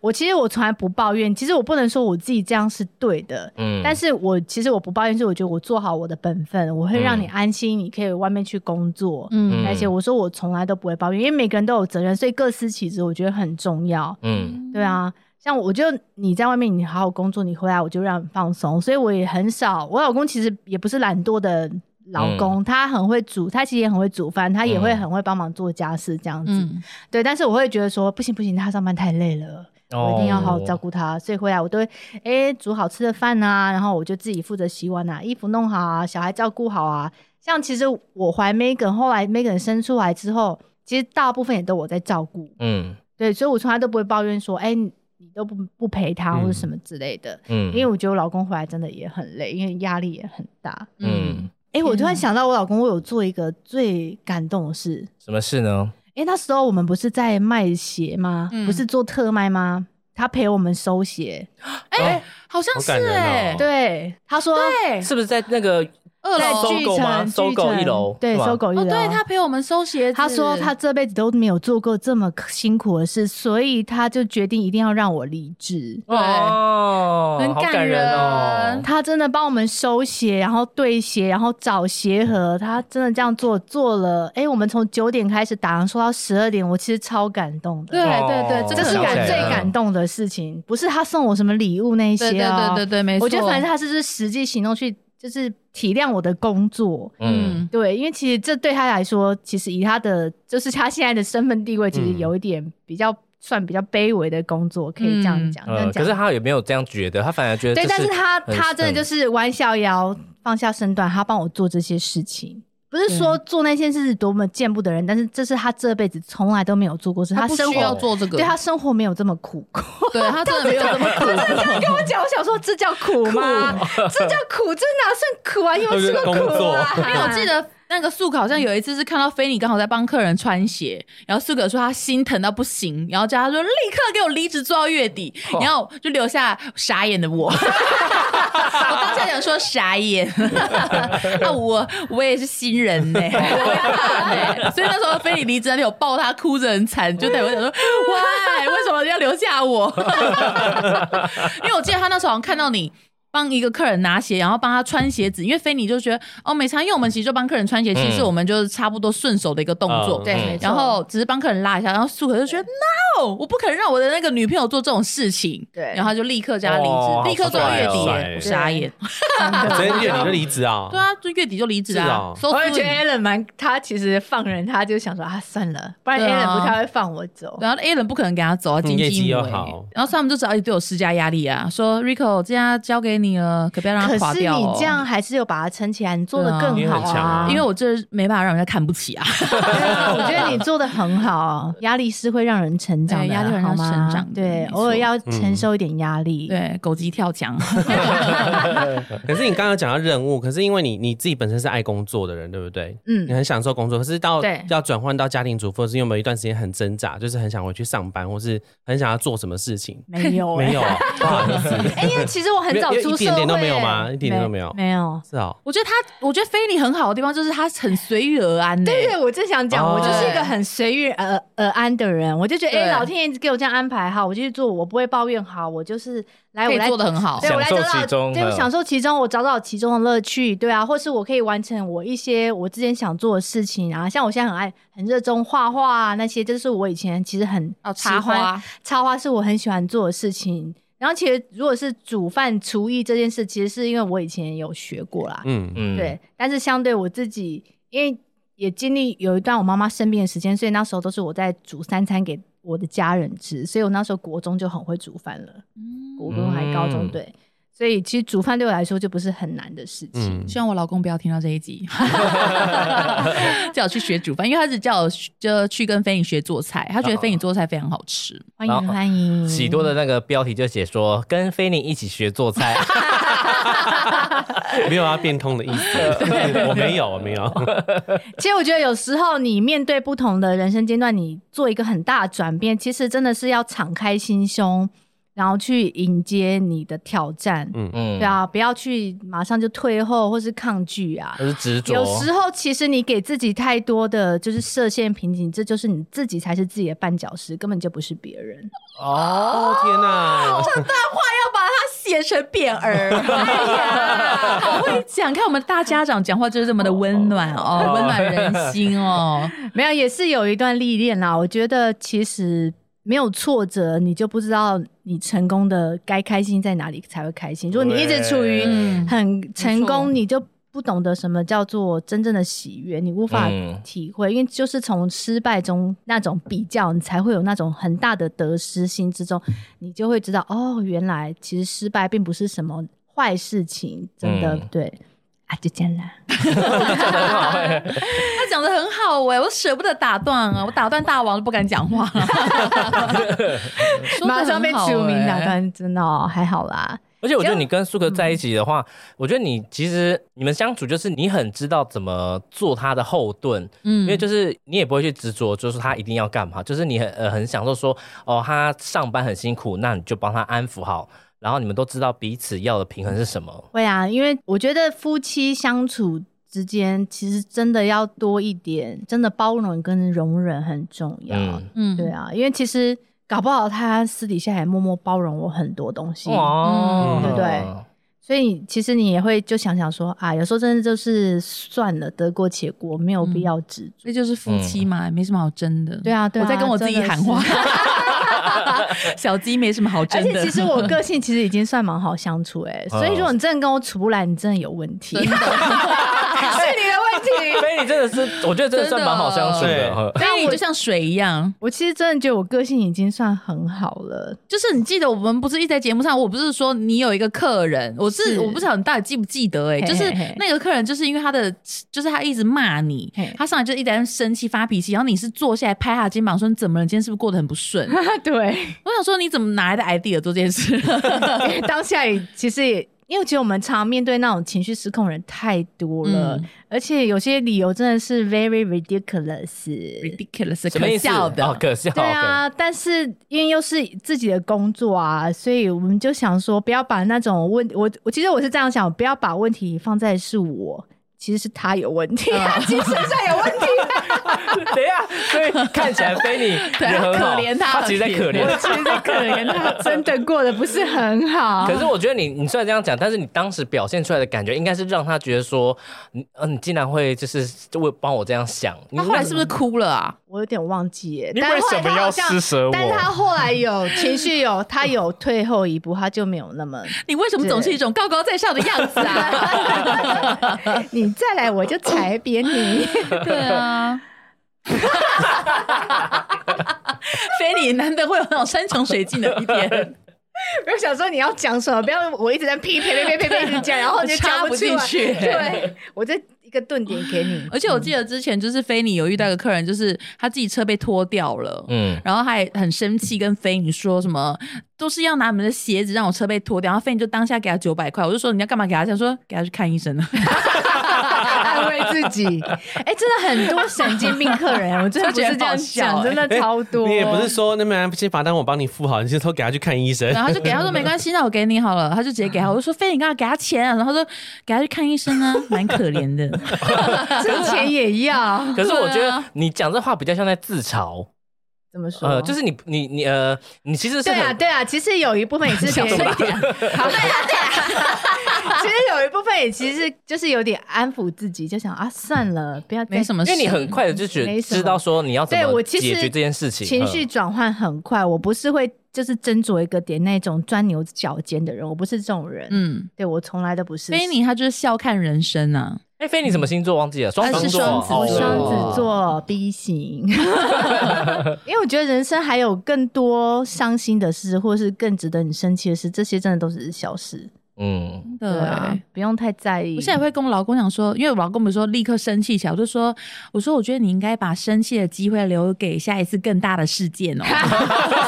S7: 我其实我从来不抱怨。其实我不能说我自己这样是对的，
S5: 嗯
S7: 但
S5: 是
S7: 是我其实我不抱怨，是我觉得我做好我的本分，我会让你安心，你可以外面去工作。
S4: 嗯
S5: 嗯
S7: 而且我说我从来都不会抱怨，因为每个人都有责任，所以各司其职，我觉得很重要。
S5: 嗯
S7: 对啊，像我就你在外面你好好工作，你回来我就让你放松，所以我也很少。我老公其实也不是懒惰的老公，他很会煮，他其实也很会煮饭，他也会
S5: 嗯
S7: 很会帮忙做家事这样子。
S4: 嗯，
S7: 对，但是我会觉得说不行不行，他上班太累了。我一定要好好
S5: 哦
S7: 照顾他，所以回来我都会哎、诶煮好吃的饭啊，然后我就自己负责洗碗啊，衣服弄好啊，小孩照顾好啊。像其实我怀 Megan，后来 Megan 生出来之后，其实大部分也都我在照顾，
S5: 嗯
S7: 对，所以我从来都不会抱怨说，哎、你你都不不陪他或者什么之类的，
S5: 嗯，
S7: 因为我觉得我老公回来真的也很累，因为压力也很大。
S5: 嗯
S7: 哎、我突
S4: 天啊
S7: 然想到，我老公我有做一个最感动的事，
S5: 什么事呢？
S7: 因为那时候我们不是在卖鞋吗？
S4: 嗯
S7: 不是做特卖吗？他陪我们收鞋，
S4: 哎，好像
S6: 哦好
S4: 是
S6: 感人
S4: 哎
S6: 哦，
S7: 对，他说
S4: 对，
S5: 是不是在那个
S4: 二
S7: 在
S4: 楼
S5: 搜
S7: 巨
S5: 狗吗
S7: 城，
S5: 搜
S7: 巨
S5: 狗
S7: 城
S5: 一楼
S7: 对，
S5: 是吗
S7: 搜狗一楼，
S4: 哦，对他陪我们收鞋子，
S7: 他说他这辈子都没有做过这么辛苦的事，所以他就决定一定要让我离职。
S4: 对
S5: 哦，
S4: 很
S5: 好
S4: 感
S5: 感人哦
S4: 人。
S7: 他真的帮我们收鞋，然后对鞋，然后找鞋盒，他真的这样做做了。哎，我们从九点开始打烊，说到十二点，我其实超感动
S4: 对
S7: 的。
S4: 对
S5: 哦
S4: 对，
S7: 这是
S4: 个
S7: 我
S5: 感人
S7: 最感动的事情，不是他送我什么礼物那一些
S4: 对对
S7: 哦
S4: 对对对，没错。
S7: 我觉得反正他就是实际行动去，就是体谅我的工作。
S5: 嗯，
S4: 嗯，
S7: 对，因为其实这对他来说，其实以他的就是他现在的身份地位，其实有一点比较算比较卑微的工作，可以这样啊讲。这
S5: 呃，
S7: 样
S5: 可
S7: 讲
S5: 是他也没有这样觉得，他反而觉得
S7: 对，
S5: 这
S7: 但是他
S5: 很
S7: 他真的就是弯下腰，放下身段，他帮我做这些事情。不是说
S5: 嗯
S7: 做那件事是多么见不得人，但是这是他这辈子从来都没有做过事。
S4: 他不
S7: 生
S4: 需要
S7: 活
S4: 做这个，
S7: 对他生活没有这么苦过。
S4: 对他真的没有这么苦。
S7: 跟我讲，我想说这叫苦吗？这叫苦，这哪算苦啊？你有没有吃过
S6: 工
S7: 苦
S6: 作
S7: 啊？
S4: 因为我记得那个素可好像有一次是看到菲尼刚好在帮客人穿鞋，然后素可说他心疼到不行，然后叫他说立刻给我离职做到月底，然后就留下傻眼的我。 我当下想说傻眼，啊我我也是新人呢、我会怕呢、所以那时候菲尼离职那天，我抱他哭着很惨，就代表想说喂，为什么要留下我？因为我记得他那时候好像看到你。帮一个客人拿鞋，然后帮他穿鞋子，因为菲尼就觉得哦没差，因为我们其实就帮客人穿鞋，其实我们就是差不多顺手的一个动作，
S6: 嗯
S7: 对，没错
S4: 然后只是帮客人拉一下，然后素可就觉得 no，我不可能让我的那个女朋友做这种事情，
S7: 对
S4: 然后他就立刻叫他离职，
S5: 哇
S4: 立刻做到月底
S5: 好帅
S4: 耶，
S5: 哦
S4: 我傻眼，
S6: 所以月底就离职啊？
S4: 对啊，就月底就离职
S6: 是
S4: 啊
S6: 哦，
S4: 收
S7: 我
S4: 拾
S7: 也觉得 Alan 蛮，他其实放人，他就想说啊，算了，不然
S4: 对啊
S7: Alan 不太会放我走。
S4: 然后 A 人不可能给他走啊，经
S6: 嗯业绩
S4: 济
S6: 又
S4: 为
S6: 好
S4: 然后他们就只好一直对我施加压力啊，说 Rico 这家交给你了，可不要让
S7: 可
S4: 他垮
S7: 是
S4: 掉、
S7: 你
S4: 哦。
S7: 这样还是有把它撑起来，你做的
S6: 对
S7: 更
S6: 啊
S7: 好
S6: 你很强啊
S4: 因为我这没办法让人家看不起啊，
S7: 对啊我觉得你做的很好，压力是会让人成长的，
S4: 对压力会让
S7: 好吗
S4: 人成长的
S7: 对
S4: 没，错
S7: 偶尔
S6: 嗯
S7: 要承受一点压力。
S4: 对，狗急跳墙。
S6: 可是你刚刚讲到任务，可是因为你你自己本身是爱工作的人，对不对？你
S7: 嗯，
S6: 很享受工作，可是到
S7: 对
S6: 要转换到家庭主妇，是因为有没有一段时间很挣扎，就是很想回去上班，或是很想要做什么事情？
S7: 没有欸
S6: 没有啊，不 好意思，
S7: 哎，因为其实我很早
S6: 没有
S7: 出
S6: 一
S7: 社
S6: 点
S7: 会，欸
S6: 点都没有吗一点点都没有
S7: 没有。
S6: 是哦，
S4: 我觉得他，我觉得菲尼很好的地方就是他很随遇而安呢、
S7: 对对，我正想讲，
S6: 哦
S7: 我就是一个很随遇而而安的人，我就觉得，
S4: 对
S7: 哎，老天爷给我这样安排好，我就去做，我不会抱怨，好，我就是来，
S4: 可
S7: 我
S4: 以
S7: 来
S4: 做的很好
S7: 对，。我来找
S5: 享受
S7: 到
S5: 其中
S7: 对我
S5: 嗯
S7: 享受其中，我找到其中的乐趣，对啊，或是我可以完成我一些我之前想做的事情啊，像我现在很爱很热衷画画啊，那些，这是我以前其实很
S4: 哦，
S7: 喜
S4: 插
S7: 欢
S4: 花，
S7: 插花是我很喜欢做的事情。然后其实如果是煮饭厨艺这件事，其实是因为我以前有学过 啦，
S6: 嗯，
S5: 嗯，
S7: 对。但是相对我自己，因为也经历有一段我妈妈生病的时间，所以那时候都是我在煮三餐给我的家人吃，所以我那时候国中就很会煮饭了。国中还高中
S6: 嗯
S7: 对，所以其实煮饭对我来说就不是很难的事情。
S6: 嗯
S4: 希望我老公不要听到这一 集，叫我去学煮饭，因为他只叫我去就去跟菲影学做菜，他觉得菲影做菜非常好吃。
S7: 欢
S5: 然
S7: 迎
S5: 后
S7: 欢迎，
S5: 喜多的那个标题就写说跟菲尼一起学 做菜，
S6: 没有要啊变通的意 思，我没有，我没有，
S4: 哦
S7: 其实我觉得有时候你面对不同的人生阶段，你做一个很大的转变，其实真的是要敞开心胸，然后去迎接你的挑战。
S5: 嗯
S7: 对，啊，不要去马上就退后或是抗拒啊。
S5: 就是执着，
S7: 有时候其实你给自己太多的就是设限瓶颈，这就是你自己才是自己的绊脚石，根本就不是别人。
S6: 哦天哪，
S4: 要把它写成匾儿， 哎呀，好会讲！看我们大家长讲话就是这么的温暖哦，温暖人心 哦。
S7: 没有，也是有一段历练啦。我觉得其实没有挫折，你就不知道你成功的该开心在哪里才会开心。如果你一直处于
S4: 嗯
S7: 很成
S4: 没错
S7: 功，你就不懂得什么叫做真正的喜悦，你无法
S5: 嗯
S7: 体会，因为就是从失败中那种比较，你才会有那种很大的得失心之中，你就会知道哦，原来其实失败并不是什么坏事情，真的、
S5: 嗯
S7: 对啊，就这样啦。
S4: 他讲的很好哎、我舍不得打断啊，我打断大王都不敢讲 话，说得很好欸
S7: 马上被除名啊打。断，真的、哦、还好啦。
S5: 而且我觉得你跟苏格在一起的话，
S7: 嗯
S5: 我觉得你其实你们相处就是你很知道怎么做他的后盾，
S4: 嗯
S5: 因为就是你也不会去执着，就是他一定要干嘛，就是你很呃很享受说哦他上班很辛苦，那你就帮他安抚好，然后你们都知道彼此要的平衡是什么，
S7: 会啊，因为我觉得夫妻相处之间，其实真的要多一点，真的包容跟容忍很重要。
S5: 嗯，
S4: 嗯
S7: 对，啊，因为其实搞不好他私底下也默默包容我很多东西，
S5: 哦
S4: 嗯
S7: 对不对所以其实你也会就想想说啊，有时候真的就是算了，得过且过，没有必要执着。
S4: 所以就是夫妻
S7: 嗯
S4: 嘛，没什么好争的。
S7: 对啊对啊
S4: 我在跟我自己喊话。 小鸡没什么好
S7: 而
S4: 争
S7: 且
S4: 的。
S7: 其实我 个性欸其实已经算蛮好相处哎、所以如果你真的跟我处不来，你真的有问题。是你的 问题。
S5: 菲你真的是，我觉得真的算蛮好相处
S6: 真
S5: 的。
S6: 的
S5: 呵
S4: 所以你就像水一样，
S7: 我其实真的觉得我个性已经算很好了，
S4: 就是你记得我们不是一直在节目上，我不是说你有一个客人，我是
S7: 是
S4: 我不知道你到底记不记得哎、
S7: 嘿嘿
S4: 就是
S7: 嘿
S4: 那个客人就是因为他的就是他一直骂你
S7: 嘿，
S4: 他上来就一直在生气发脾气，然后你是坐下来拍他的肩膀说你怎么了，你今天是不是过得很不顺？
S7: 对，
S4: 我想说你怎么拿来的 idea 做这件事？
S7: 因为 当下也其实也，因为我觉得我们常常面对那种情绪失控的人太多了，
S4: 嗯
S7: 而且有些理由真的是 very ridiculous。
S4: ridiculous
S5: 什么
S4: 可
S5: 意思？
S4: 笑的，
S5: 哦，可笑。
S7: 对啊，但是因为又是自己的工作啊，所以我们就想说，不要把那种问我，我其实我是这样想，不要把问题放在是我，其实是他有问题，啊 他精神上有问 题。
S5: OK 等一下，所以看起来菲你
S4: 对啊
S5: 人很好
S4: 可怜他
S5: 他其实在可怜
S7: 我。其实在可怜 他，真的过得不是很好。
S5: 可是我觉得你，你虽然这样讲，但是你当时表现出来的感觉，应该是让他觉得说，你呃，你竟然会就是就会帮我这样想。你
S4: 他后来是不是哭了啊？
S7: 我有点忘记耶，
S9: 你
S7: 但
S9: 为
S7: 后
S9: 什
S7: 来他
S9: 么
S7: 好
S9: 要
S7: 像
S9: 施舍我？
S7: 但是他后来 有情绪有，他有退后一步，他就没有那 么。
S4: 你为什么总是一种高高在上的样子 啊？
S7: 你再来我就踩扁你。
S4: 对啊。 菲尼难得会有那种山穷水尽的一天，
S7: 我就想说你要讲什么，不要我一直在噼噼噼噼噼一直讲，然后你就
S4: 插
S7: 讲
S4: 不
S7: 出来
S4: 进。去。
S7: 对，我就一个顿点给 你。
S4: 而且我记得之前就是菲尼有遇到一个客人，就是他自己车被拖掉了，
S5: 嗯，
S4: 然后还很生气跟菲尼说什么都是要拿你们的鞋子让我车被拖掉，然后菲尼就当下给他九百块，我就说你要干嘛给他？想说给他去看医生啊。
S7: 安慰自己，哎、真的很多神经病客人，我真的不是这样讲，真的超
S4: 啊
S7: 多。
S6: 你也不是说那边先罚单我帮你付好，你先偷给他去看医 生。
S4: 然后他就给他说没关系，那我给你好了，他就直接给他，我就说菲，你干嘛给他钱啊？然后他说给他去看医生啊，蛮可怜 的。
S7: 之前也要
S5: 可是我觉
S4: 对
S5: 得
S4: 啊
S5: 你讲这话比较像在自嘲，
S7: 怎么说？
S5: 呃，就是你你你呃，你其实是
S7: 哦对啊，
S5: 很
S7: 对啊，其实有一部分也是别人对啊，对啊， 其实有一部分也其实就是有点安抚自己，就想啊，算了，不要再
S4: 没什么
S5: 因
S4: 事，
S5: 为你很快的就觉
S7: 没什么
S5: 知道说你要怎
S7: 对我
S5: 么
S7: 其
S5: 解
S7: 实
S5: 决这件事情，
S7: 情
S5: 嗯
S7: 绪转换很快，我不是会就是斟酌一个点那种钻牛角尖的人，我不是这种人。嗯，
S4: 嗯，
S7: 对我从来都不是。
S4: 菲尼他就是笑看人生啊，
S5: 哎，菲，你什么星座忘记了？双
S4: 他
S5: 子
S4: 是
S5: 座，
S4: 双子座
S7: 我
S5: 哦
S7: 呃双子座 B 型， 因为我觉得人生还有更多伤心的事，或是更值得你生气的事，这些真的都只是小事。
S5: 嗯，
S4: 对
S7: 对啊，不用太在意。
S4: 我现在也会跟我老公讲说，因为我老公不是说立刻生气起来，我就说，我说我觉得你应该把生气的机会留给下一次更大的事件 哦。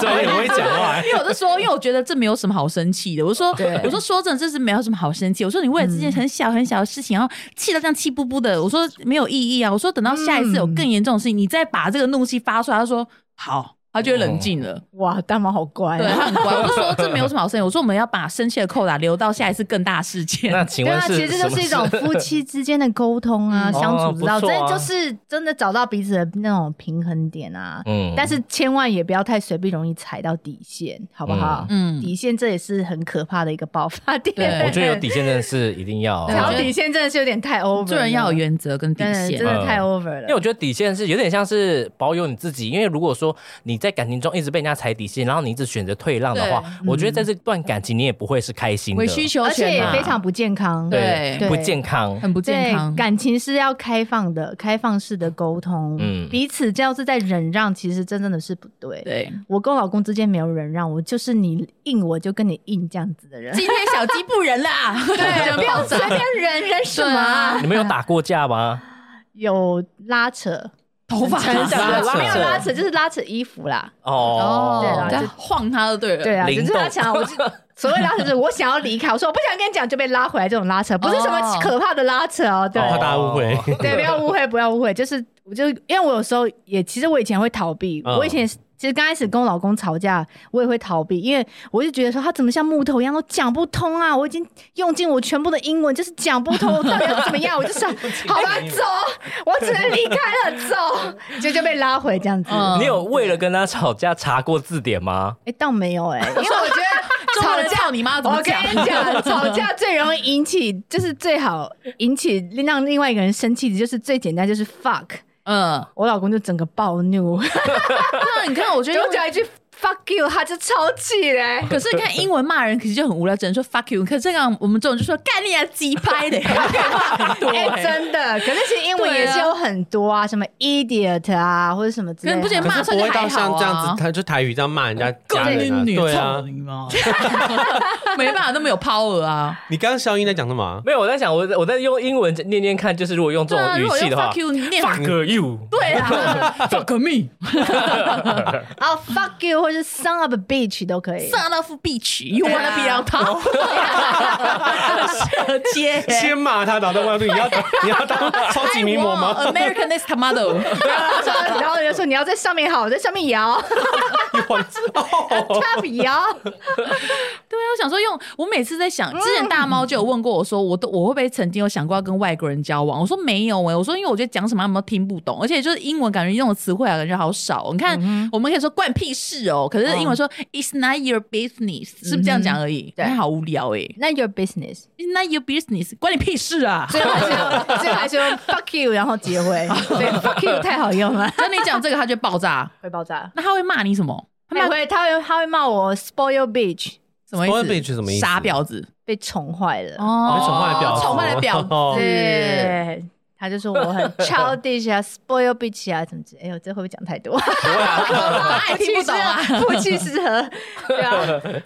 S6: 所以很会讲话，
S4: 因为我就说，因为我觉得这没有什么好生气的。我说
S7: 对，嗯
S4: 我说说真的，这是没有什么好生气。我说你为了这件很小很小的事情，然后气到这样气不不的，我说没有意义啊。我说等到下一次有
S7: 嗯
S4: 更严重的事情，你再把这个怒气发出来。他说好，他就会
S7: 哦
S4: 冷静了。
S7: 哇，大妈好乖、
S4: 对
S7: 啊。
S4: 他很乖，我就说这没有什么好生气。我说我们要把生气的扣打留到下一次更大的事件。
S5: 那请
S7: 对
S5: 问
S7: 啊，
S5: 是
S7: 其实这就是一种夫妻之间的沟通啊，相处之道，
S5: 哦不
S7: 真
S5: 错
S7: 的
S5: 啊
S7: 就是真的找到彼此的那种平衡点啊。
S5: 嗯
S7: 但是千万也不要太随便，容易踩到底线，好不好？
S4: 嗯嗯
S7: 底线这也是很可怕的一个爆发点。
S4: 对
S5: 我觉得有底线真的是一定要，哦
S4: 对
S7: 然
S4: 我
S7: 后
S4: 觉得
S7: 底线真的是有点太 over，
S4: 做人要有
S7: 了
S4: 原则跟底
S7: 真的
S4: 线
S7: 真。的
S5: 嗯
S7: 太 over
S5: 因为
S7: 了
S5: 我。觉得底线是有点像是保有你自己，因为如果说你在感情中一直被人家踩底线，然后你一直选择退让的话，我觉得在这段感情你也不会是开心的，
S4: 为需求
S7: 而且
S4: 权
S7: 也
S4: 嘛
S7: 非常不健康，
S5: 对
S7: 对
S5: 不健康。
S4: 啊很不健康
S7: 对，。感情是要开放的，开放式的沟通，
S5: 嗯
S7: 彼此这样是在忍让，其实真正的是不对。
S4: 对，
S7: 我跟我老公之间没有忍让，我就是你硬我就跟你硬这样子的 人，
S4: 今天小鸡不仁啊啦， 对，不要随便
S7: 忍忍什么啊？
S5: 你们有打过架吗？
S7: 有拉扯，
S4: 头发
S7: 很小的
S5: 拉扯
S7: 没有拉扯，就是拉扯衣服啦。
S5: 哦，
S7: 对啦
S4: 这
S7: 就
S4: 样晃他就对了。
S7: 对啊，
S5: 灵
S7: 只
S5: 动
S7: 是他想，我是所谓拉扯，就是我想要离开，我说我不想跟你讲，就被拉回来这种拉扯，不是什么可怕的拉扯哦。对，
S6: 怕大家误会。
S7: 对，不要误会，不要误会，就是我就因为我有时候也，其实我以前会逃避，
S6: 嗯
S7: 我以前。其实刚开始跟我老公吵架，我也会逃避，因为我就觉得说他怎么像木头一样都讲不通啊！我已经用尽我全部的英文，就是讲不通，我到底要怎么样？我就想，好吧，走，我只能离开了，走，就就被拉回这样子。哎、
S4: 嗯
S5: 你有为了跟他吵架查过字典吗？
S7: 倒没有 哎、因为我觉得
S4: 中国
S7: 吵
S4: 人
S7: 架
S4: 操你妈怎
S7: 我
S4: 么
S7: 跟
S4: 讲？
S7: 你 讲，吵架最容易引起，就是最好引起让另外一个人生气的，就是最简单，就是 fuck。
S4: 嗯，啊
S7: 我老公就整个暴怒，
S4: 那你看，我觉
S7: 就
S4: 得
S7: 讲一句 fuck you，他就超气嘞、
S4: 可是你看英文骂人，其实就很无聊，只能说 fuck you。可是这样我们这种就说干你啊鸡掰 的，对，
S7: 哎、真的，可是其实英文
S4: 对啊
S7: 也是有很多啊，什么 idiot 啊，或者什么之类
S4: 可能
S7: 的。
S4: 不仅
S6: 可
S4: 骂
S6: 是
S4: 出来就
S6: 不会
S4: 还
S6: 到像
S4: 好
S6: 这样
S4: 啊
S6: 子，，他就台语这样骂人家家
S8: 干你
S6: 人啊，
S8: 女
S6: 对啊
S8: 臭。你妈！
S4: 没办法那么有 power 啊。
S6: 你刚刚消音在讲什么啊？
S5: 没有，我在想，我在我在用英文念念看，就是如果用这
S4: 对啊，
S5: 种语
S4: 如果
S5: 气
S4: 用
S5: 的话
S4: fuck you 念
S5: ，fuck you，
S4: 对啊
S8: Fuck me！
S7: 然后哦 fuck you 或是 son of a bitch 都可以。
S4: ，son of a bitch，you wanna be on top，很啊 适合接耶。
S6: 先骂他，然后再问他说你要 当你要当超级名 模吗
S4: I
S7: 哦
S4: want？American next model，
S7: 然后人家说你要在上面好，我在上面 摇 ，top 摇，
S4: 对啊，我想说用，我每次在想，之前大猫就有问过我说，我都我会不会曾经有想过要跟外国人交往？我说没有哎、我说因为我觉得讲什么他们都听不懂，而且就是英文感觉用的词汇啊，感觉好少哦。你看，我们可以说关你屁事哦，可是英文说、It's not your business，是不是这样讲而已？
S7: 对
S4: 那好无聊哎、
S7: 那 your business。
S4: It's not your business，关你屁事 啊！
S7: 最后还是用最后还是用 fuck you，然后结尾，对 fuck you 太好用了，
S4: 跟你讲这个，他就爆炸。
S7: 会爆炸。
S4: 那他会骂你什么？他
S7: 他
S4: 骂
S7: 会他会他会骂我 spoil bitch，
S4: 什么意
S6: Spoiled
S4: 思？
S6: bitch 是什么意思
S4: 傻婊子
S7: 被宠坏了。
S4: 哦
S6: 被宠坏的婊子
S4: 宠坏的婊子。
S6: 哦
S7: 对，他就说我很 childish 啊，spoil bitch 啊，怎么之类。哎呦，这会不会讲太多？
S4: 啊 爱听不懂啊
S7: 夫妻失和，对啊，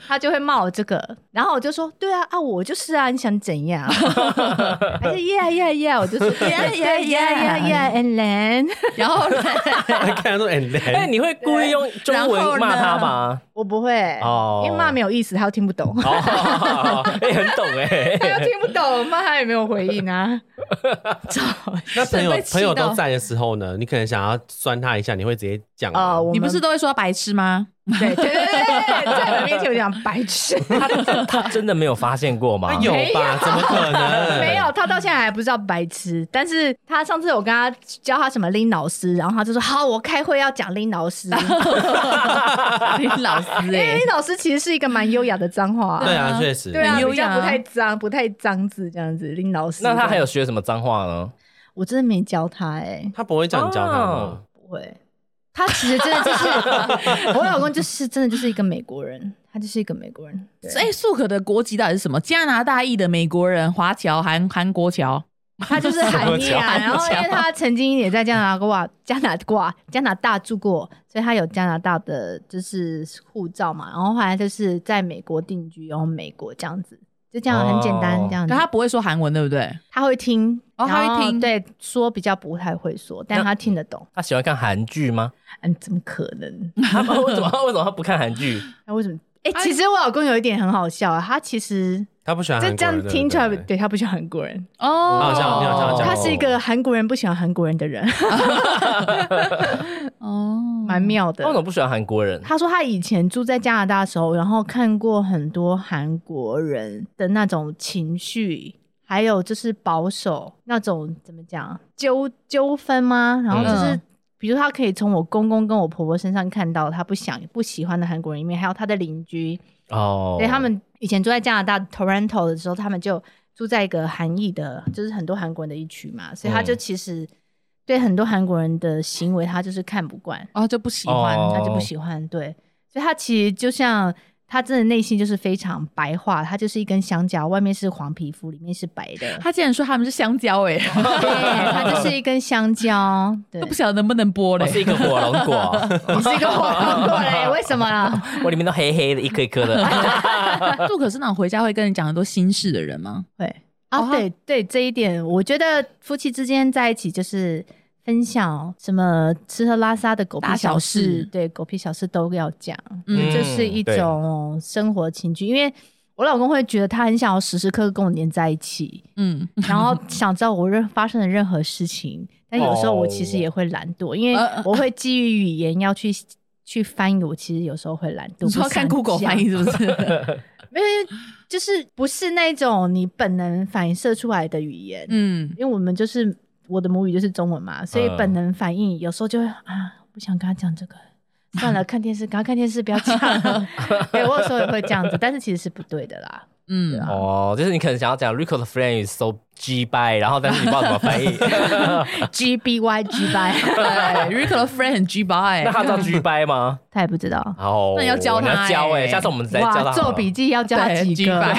S7: 他就会骂我这个，然后我就说，对啊，啊，我就是啊，你想怎样？他就 yeah yeah yeah，我就说 yeah yeah yeah yeah yeah，and then
S4: 然 后呢
S6: 看他说 and
S5: 哎，
S6: then，
S5: 你会故意用中
S4: 然后
S5: 文
S4: 呢
S5: 骂他吧？
S7: 我不会
S5: 哦，
S7: 因为骂没有意思，他又听不懂，
S5: 哦， 哎，很懂哎
S7: 他。又听不懂，骂他也没有回应啊。
S6: 那朋友
S4: 被气
S6: 朋友
S4: 到
S6: 都在的时候呢，你可能想要酸他一下，你会直接讲吗
S7: 哦，我
S4: 你
S7: 们
S4: 不是都会说白痴吗？
S7: 对对对对对，在我面前我讲白痴，
S5: 他真的没有发现过吗
S6: 他？哎有吧？怎么可能？
S7: 没有，他到现在还不知道白痴。但是他上次我跟他教他什么拎老师，然后他就说好，我开会要讲拎老师，
S4: 老师
S7: 因
S4: 哎、
S7: 为拎 老师欸其实是一个蛮优雅的脏话、
S6: 对啊，确实。
S7: 对啊，
S4: 很优
S7: 比较
S4: 雅
S7: 不太脏，不太脏字这样子。拎老师，
S5: 那他还有，学什么脏话呢？
S7: 我真的没教他哎、
S6: 他不会叫你教他吗
S5: 哦？
S7: 不会。他其实真的就是我老公，就是真的就是一个美国人，他就是一个美国人。对
S4: 哎、素可的国籍到底是什么？加拿大裔的美国人，华侨、韩韩国侨，
S7: 他就是韩裔啊，然后因为他曾经也在加拿大、加拿大、加拿大住过，所以他有加拿大的就是护照嘛。然后后来就是在美国定居，然后美国这样子，就这样很简单
S5: 哦
S7: 这样子。
S4: 但他不会说韩文，对不对？
S7: 他会听，
S4: 哦他会
S7: 然后
S4: 听
S7: 对，说比较不太会说，但
S5: 那
S7: 他听得懂。
S5: 他喜欢看韩剧吗？
S7: 嗯，怎么可能？
S4: 嗯
S5: 他为什么为什么他不看韩剧？
S7: 那为什么？哎、其实我老公有一点很好笑啊，他其实
S6: 他不喜欢
S7: 这
S6: 韩
S7: 这
S6: 国人
S7: 样听出来，
S6: 对
S7: 对
S6: 不对
S7: 他不喜欢韩国人，
S4: 哦
S6: 好像你好像讲
S7: 他是一个韩国人不喜欢韩国人的人，
S4: 哦，
S7: 蛮妙的。
S5: 他为什么不喜欢韩国人？
S7: 他说他以前住在加拿大的时候，然后看过很多韩国人的那种情绪，还有就是保守那种怎么讲纠纠纷吗？然后就是。
S4: 嗯
S7: 比如他可以从我公公跟我婆婆身上看到他不想不喜欢的韩国人一面，还有他的邻居，
S5: 哦，
S4: 哎
S7: 对他们以前住在加拿大 Toronto 的时候，他们就住在一个韩裔的，就是很多韩国人的一区嘛，所以他就其实对很多韩国人的行为，他就是看不惯。
S4: 哦就不喜欢，
S5: 哦
S7: 他就不喜欢。对，所以他其实就像他真的内心就是非常白化，他就是一根香蕉，外面是黄皮肤，里面是白 的。
S4: 他竟然说他们是香蕉哎、
S6: 哦
S7: 对，他就是一根香蕉。对
S4: 都， 不晓得能不能播
S5: 我
S6: 哦
S4: 嘞。
S5: 哦是一个火龙果，
S7: 你是一个火龙果嘞？为什么啦？
S5: 我里面都黑黑的，一颗一 颗的。
S4: 杜可是那种回家会跟你讲很多心事的人吗？
S7: 会啊，
S4: 哦他
S7: 对对，这一点我觉得夫妻之间在一起就是分享什么吃喝拉撒的狗屁
S4: 大小
S7: 事，
S4: 事
S7: 对狗屁小事都要讲，
S4: 嗯
S7: 嗯，这是一
S5: 对
S7: 种生活情趣，因为。我老公会觉得他很想要时时刻刻跟我黏在一起，
S4: 嗯，
S7: 然后想知道我任发生的任何事情。但有时候我其实也会懒惰，因为
S4: 呃呃
S7: 我会基于语言要去去翻译，我其实有时候会懒惰。
S4: 你说
S7: 不
S4: 看
S7: 想
S4: Google
S7: 讲
S4: 翻译是不 是？
S7: 因为就是不是那种你本能反射出来的语言，
S4: 嗯，
S7: 因为我们就是我的母语就是中文嘛，所以
S5: 嗯
S7: 本能反应有时候就会啊，不想跟他讲这个，算了，看电视，赶快看电视，不要讲了。对，我有时候也会这样子，但是其实是不对的啦。
S8: 嗯，
S5: 哦，就是你可能想要讲 Rico 的 friend is so G by，然后但是你不知道怎么翻 译，
S7: G B Y G Y，
S4: 对，Rico 的 friend 很 G 吧哎
S5: 那，他知道 G by 吗？
S7: 他也不知道。
S5: 哦，
S4: 那你要教他
S5: 你要教哎、
S4: 欸
S5: 下次我们再教他。
S7: 哇，做笔。记要教他
S4: 对
S7: 几个？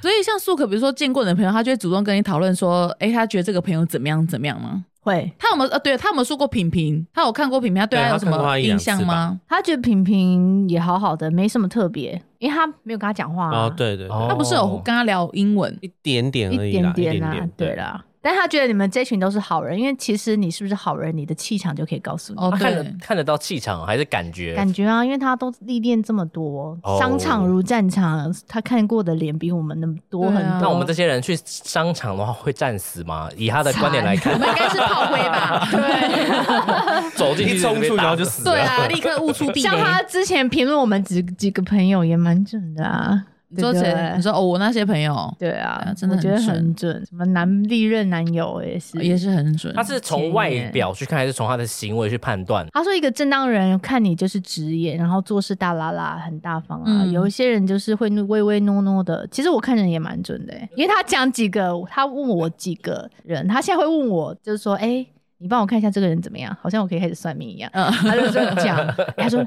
S4: 所以像素可，比如说见过你的朋友，他就会主动跟你讨论说，哎、他觉得这个朋友怎么样怎么样吗？
S7: 会，
S4: 他有没有呃，对他有没有说过品评？他有看过品评，他对
S6: 对
S4: 他
S6: 他
S4: 有什
S6: 看过
S4: 么
S6: 他一两
S4: 印
S6: 次
S4: 象吗？
S7: 他觉得平平也好好的，没什么特别，因为他没有跟他讲话啊
S6: 哦，，对对，对
S5: 哦
S4: 他不是有跟他聊英文？
S6: 一点点而
S7: 一
S6: 已啦，
S7: 点
S6: 一
S7: 啊
S6: 点，
S7: 对啦。但他觉得你们这群都是好人，因为其实你是不是好人，你的气场就可以告诉你。
S4: 哦，
S5: 他看
S4: 对
S5: 得，看得到气场还是感觉？
S7: 感觉啊，因为他都历练这么多，
S5: 哦
S7: 商场如战场，他看过的脸比我们那么多
S4: 对啊
S7: 很多。
S5: 那我们这些人去商场的话会战死吗？以他的观点来
S4: 我
S5: 看，啊
S4: 们应该是炮灰 吧？对，
S5: 走进去
S6: 一冲
S5: 就
S6: 出
S5: 被打
S6: 然后就死
S4: 对
S6: 了。
S4: 啊，立刻悟出地雷
S7: 像。他之前评论我们几几个朋友也蛮准的啊，
S4: 你说
S7: 对不对
S4: 谁？你说哦，我那些朋友
S7: 对
S4: 对
S7: 啊
S4: 啊，真的
S7: 我觉得
S4: 很准
S7: 很准。什么男历任男友也是
S4: 也。是很准。
S5: 他是从外表去看，还是从他的行为去判断？
S7: 他说：“一个正当人看你就是职业，然后做事大啦啦，很大方啊。
S4: 嗯
S7: 有一些人就是会唯唯诺诺的。其实我看人也蛮准的欸、因为他讲几个，他问我几个人，他现在会问我，就是说，哎、你帮我看一下这个人怎么样？好像我可以开始算命一样。
S5: 呃
S4: 嗯
S7: 他就这样讲， 他说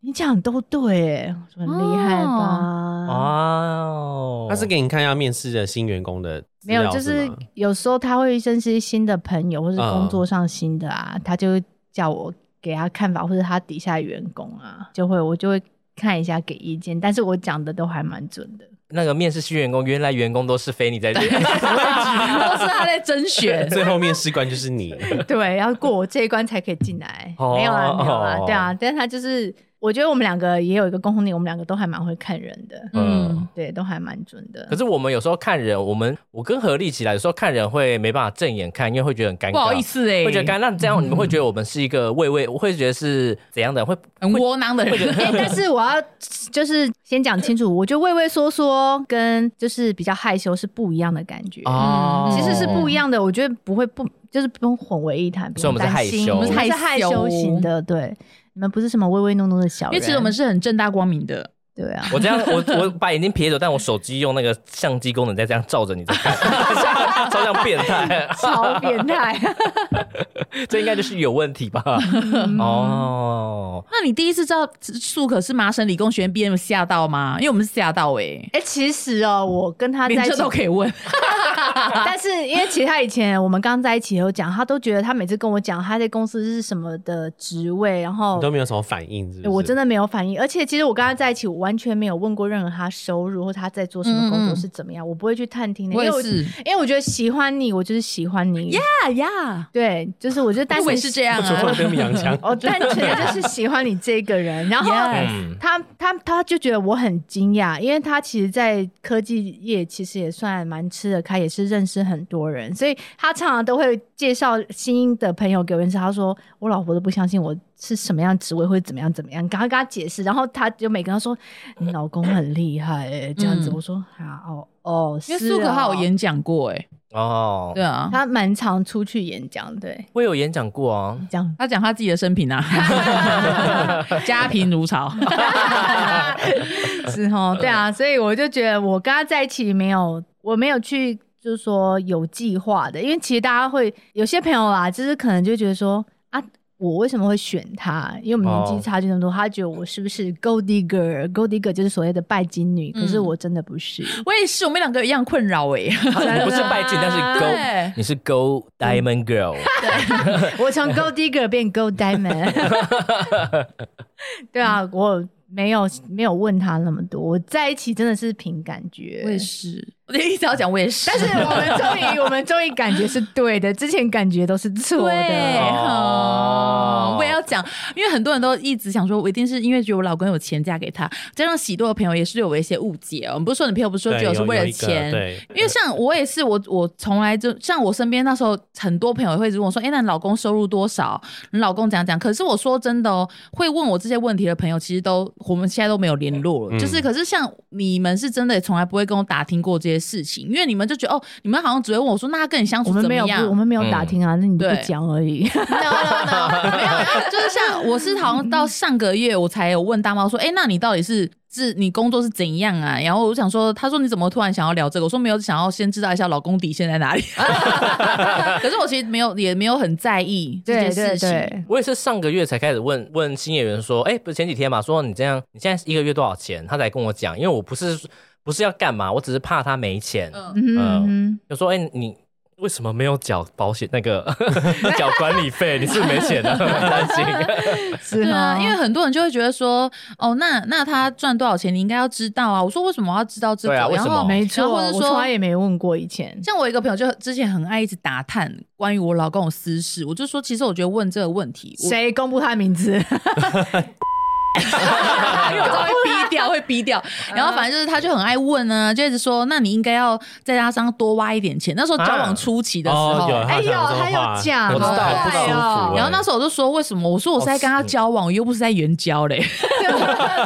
S7: 你讲都对、欸，我说很厉害吧？
S4: 嗯
S5: 哦，
S6: 他是给你看一下面试的新员工的资
S7: 没有，
S6: 料
S7: 就是
S6: 吗。
S7: 有时候他会认识新的朋友，或是工作上新的啊，他就会叫我给他看法，或者他底下员工啊，就会我就会看一下给意见，但是我讲的都还蛮准的。
S5: 那个面试新员工，原来员工都是非你在这。
S4: 都是他在甄选
S6: 最后面试官就是你。
S7: 对，要过我这一关才可以进来。
S5: 哦
S7: 没有啊，没有啊
S5: 哦，
S7: 对啊，但是他就是，我觉得我们两个也有一个共同点，我们两个都还蛮会看人的，
S5: 嗯
S4: 嗯，
S7: 对，都还蛮准的。
S5: 可是我们有时候看人，我们我跟何立起来，有时候看人会没办法正眼看，因为会觉得很尴尬，
S4: 不好意，思哎，
S5: 会觉得尴尬。那这样你们会觉得我们是一个畏畏，我会觉得是怎样的？会
S4: 很窝囊的 人。
S7: 哎、但是我要就是先讲清楚，我觉得畏畏缩缩跟就是比较害羞是不一样的感觉，
S4: 嗯
S5: 哦
S7: 其实是不一样的。我觉得不会不就是不用混为一谈，不
S5: 所以
S7: 用
S5: 我们是
S7: 担
S5: 害
S7: 心，
S5: 羞
S7: 我们是害
S4: 害羞
S7: 羞型的，对。你们不是什么唯唯诺诺的小
S4: 因
S7: 人，
S4: 为其实我们是很正大光明的，
S7: 对 啊，
S5: 我这样，我我把眼睛撇走，但我手机用那个相机功能在这样照着你在看， 超像变态，
S7: 超变态。
S5: 这应该就是有问题吧？
S7: 嗯
S5: 哦，
S4: 那你第一次知道素可是麻省理工学院毕业，有吓到吗？因为我们是吓到哎、欸，
S7: 哎、其实哦，我跟他在
S4: 连
S7: 一
S4: 这
S7: 起
S4: 都可以 问，
S7: 但是因为其实他以前我们刚在一起有讲，他都觉得他每次跟我讲他在公司是什么的职位，然后
S6: 你都没有什么反应，是不是？
S7: 我真
S6: 的
S7: 的没有反应，而且其实我跟他在一起，我完全没有问过任何他收入或他在做什么工
S4: 嗯嗯
S7: 作是怎么样，我不会去探听的，因
S4: 我也
S7: 为我
S4: 是
S7: 因为我觉得喜欢你，我就是喜欢你
S4: 啊呀，
S7: 对，就是我觉得单
S4: 我
S7: 纯。
S4: 也是这样
S6: 手上
S4: 啊，
S6: 跟洋枪
S7: 哦，单纯的就是喜欢你这 个人，然后
S4: Yes
S5: 嗯，
S7: 他他他就觉得我很惊讶，因为他其实，在科技业其实也算蛮吃得开，也是认识很多人，所以他常常都会介绍新的朋友给我认识。他说我老婆都不相信我是什么样职位或者怎么样怎么样，赶快跟他解释。然后他就每个人都说你老公很厉害、欸，这样子。
S4: 嗯
S7: 我说啊哦哦，
S4: 因为
S7: 是
S4: 素可
S7: 哦
S4: 她有演讲过哎、
S5: 哦，
S4: 对啊，
S7: 他蛮常出去演讲，对，
S5: 我有演讲过啊，
S7: 这样
S4: 她讲她自己的生平 啊， 家贫如潮，
S7: 是哦，对
S4: 呃
S7: 啊，所以我就觉得我跟他在一起没有，我没有去就是说有计划的，因为其实大家会有些朋友啊，就是可能就觉得说啊，我为什么会选他？因为我们年
S5: 哦
S7: 纪差距那么多，他觉得我是不是 gold digger？gold digger 就是所谓的拜金女，可是
S4: 嗯
S7: 我真的 不是。
S4: 我也是，我们两个一样困扰 哎、
S5: 你不是拜金，但是 Go，
S4: 对。
S5: 你是 Go Diamond Girl，
S7: 我从 Gold Digger 变 Gold Diamond。对啊，我没有没有问他那么多，我在一起真的是凭感觉。
S4: 我也是，我的意思要讲我也是，
S7: 但是我们终于，我们终于感觉是对的，之前感觉都是错
S4: 对，
S7: 的。
S5: 哦
S4: 哦，我也要讲，因为很多人都一直想说，我一定是因为觉得我老公有钱嫁给他，加上喜多的朋友也是对我一些误解哦。我们不是说你朋友不是说
S6: 对，
S4: 只有是为
S6: 有
S4: 了
S6: 一个
S4: 钱，
S6: 对，
S4: 因为像我也是，我我从来就像我身边那时候很多朋友会问我说：“哎、那你老公收入多少？你老公怎样怎样？”可是我说真的哦，会问我这些问题的朋友，其实都我们现在都没有联络了。
S6: 嗯
S4: 就是，可是像你们是真的也从来不会跟我打听过这些事情，因为你们就觉得哦，你们好像只会问我说：“那他跟你相
S7: 我
S4: 处
S7: 们
S4: 怎么
S7: 没有
S4: 样？”嗯
S7: 不，我们没有打听啊，那你不
S4: 对
S7: 讲而已。
S4: 没有，就是像我是好像到上个月我才有问大猫说，哎、那你到底是是你工作是怎样啊？然后我就想说，他说你怎么突然想要聊这个？我说没有，想要先知道一下老公底线在 哪里。可是我其实没有，也没有很在意 这件
S7: 对
S4: 事
S7: 对啊
S4: 情。
S7: 对，
S5: 我也是上个月才开始问问新演员说，哎、不是前几天嘛，说你这样，你现在一个月多少钱？他才跟我讲，因为我不是不是要干嘛，我只是怕他没钱。
S4: 嗯
S7: 嗯哼嗯
S5: 就说，哎、你为什么没有缴保险那个 缴管 理费？你是不是没钱的、担心。
S7: 哼，是
S4: 对啊，
S7: 哦
S4: 因为很多人就会觉得说，哦，那那他赚多少钱，你应该要知道啊。我说为什么我要知道这个？
S5: 对啊为
S4: 然
S5: 什
S4: 后
S5: 么
S7: 没
S4: 然
S7: 错，
S4: 后或者
S7: 我
S4: 说
S7: 从来也没问过以前。
S4: 像我一个朋友就之前很爱一直打探关于我老公的私事，我就说，其实我觉得问这个问题，我
S7: 谁公布他的名字？啊
S4: 因为我知道会逼掉，会逼掉。然后反正就是他就很爱问啊，就一直说，那你应该要在他身上多挖一点钱。那时候交往初期的时
S6: 哦，
S4: 候。
S6: 有，
S7: 哎
S6: 他
S7: 呦
S6: 讲这
S7: 还
S6: 种
S7: 有
S6: 话
S7: 讲
S6: 我知道
S7: 哦
S6: 不舒
S7: 哎呦
S6: 服欸。
S4: 然后那时候我就说，为什么？我说我是在跟他交往，我又不是在援交 嘞。啊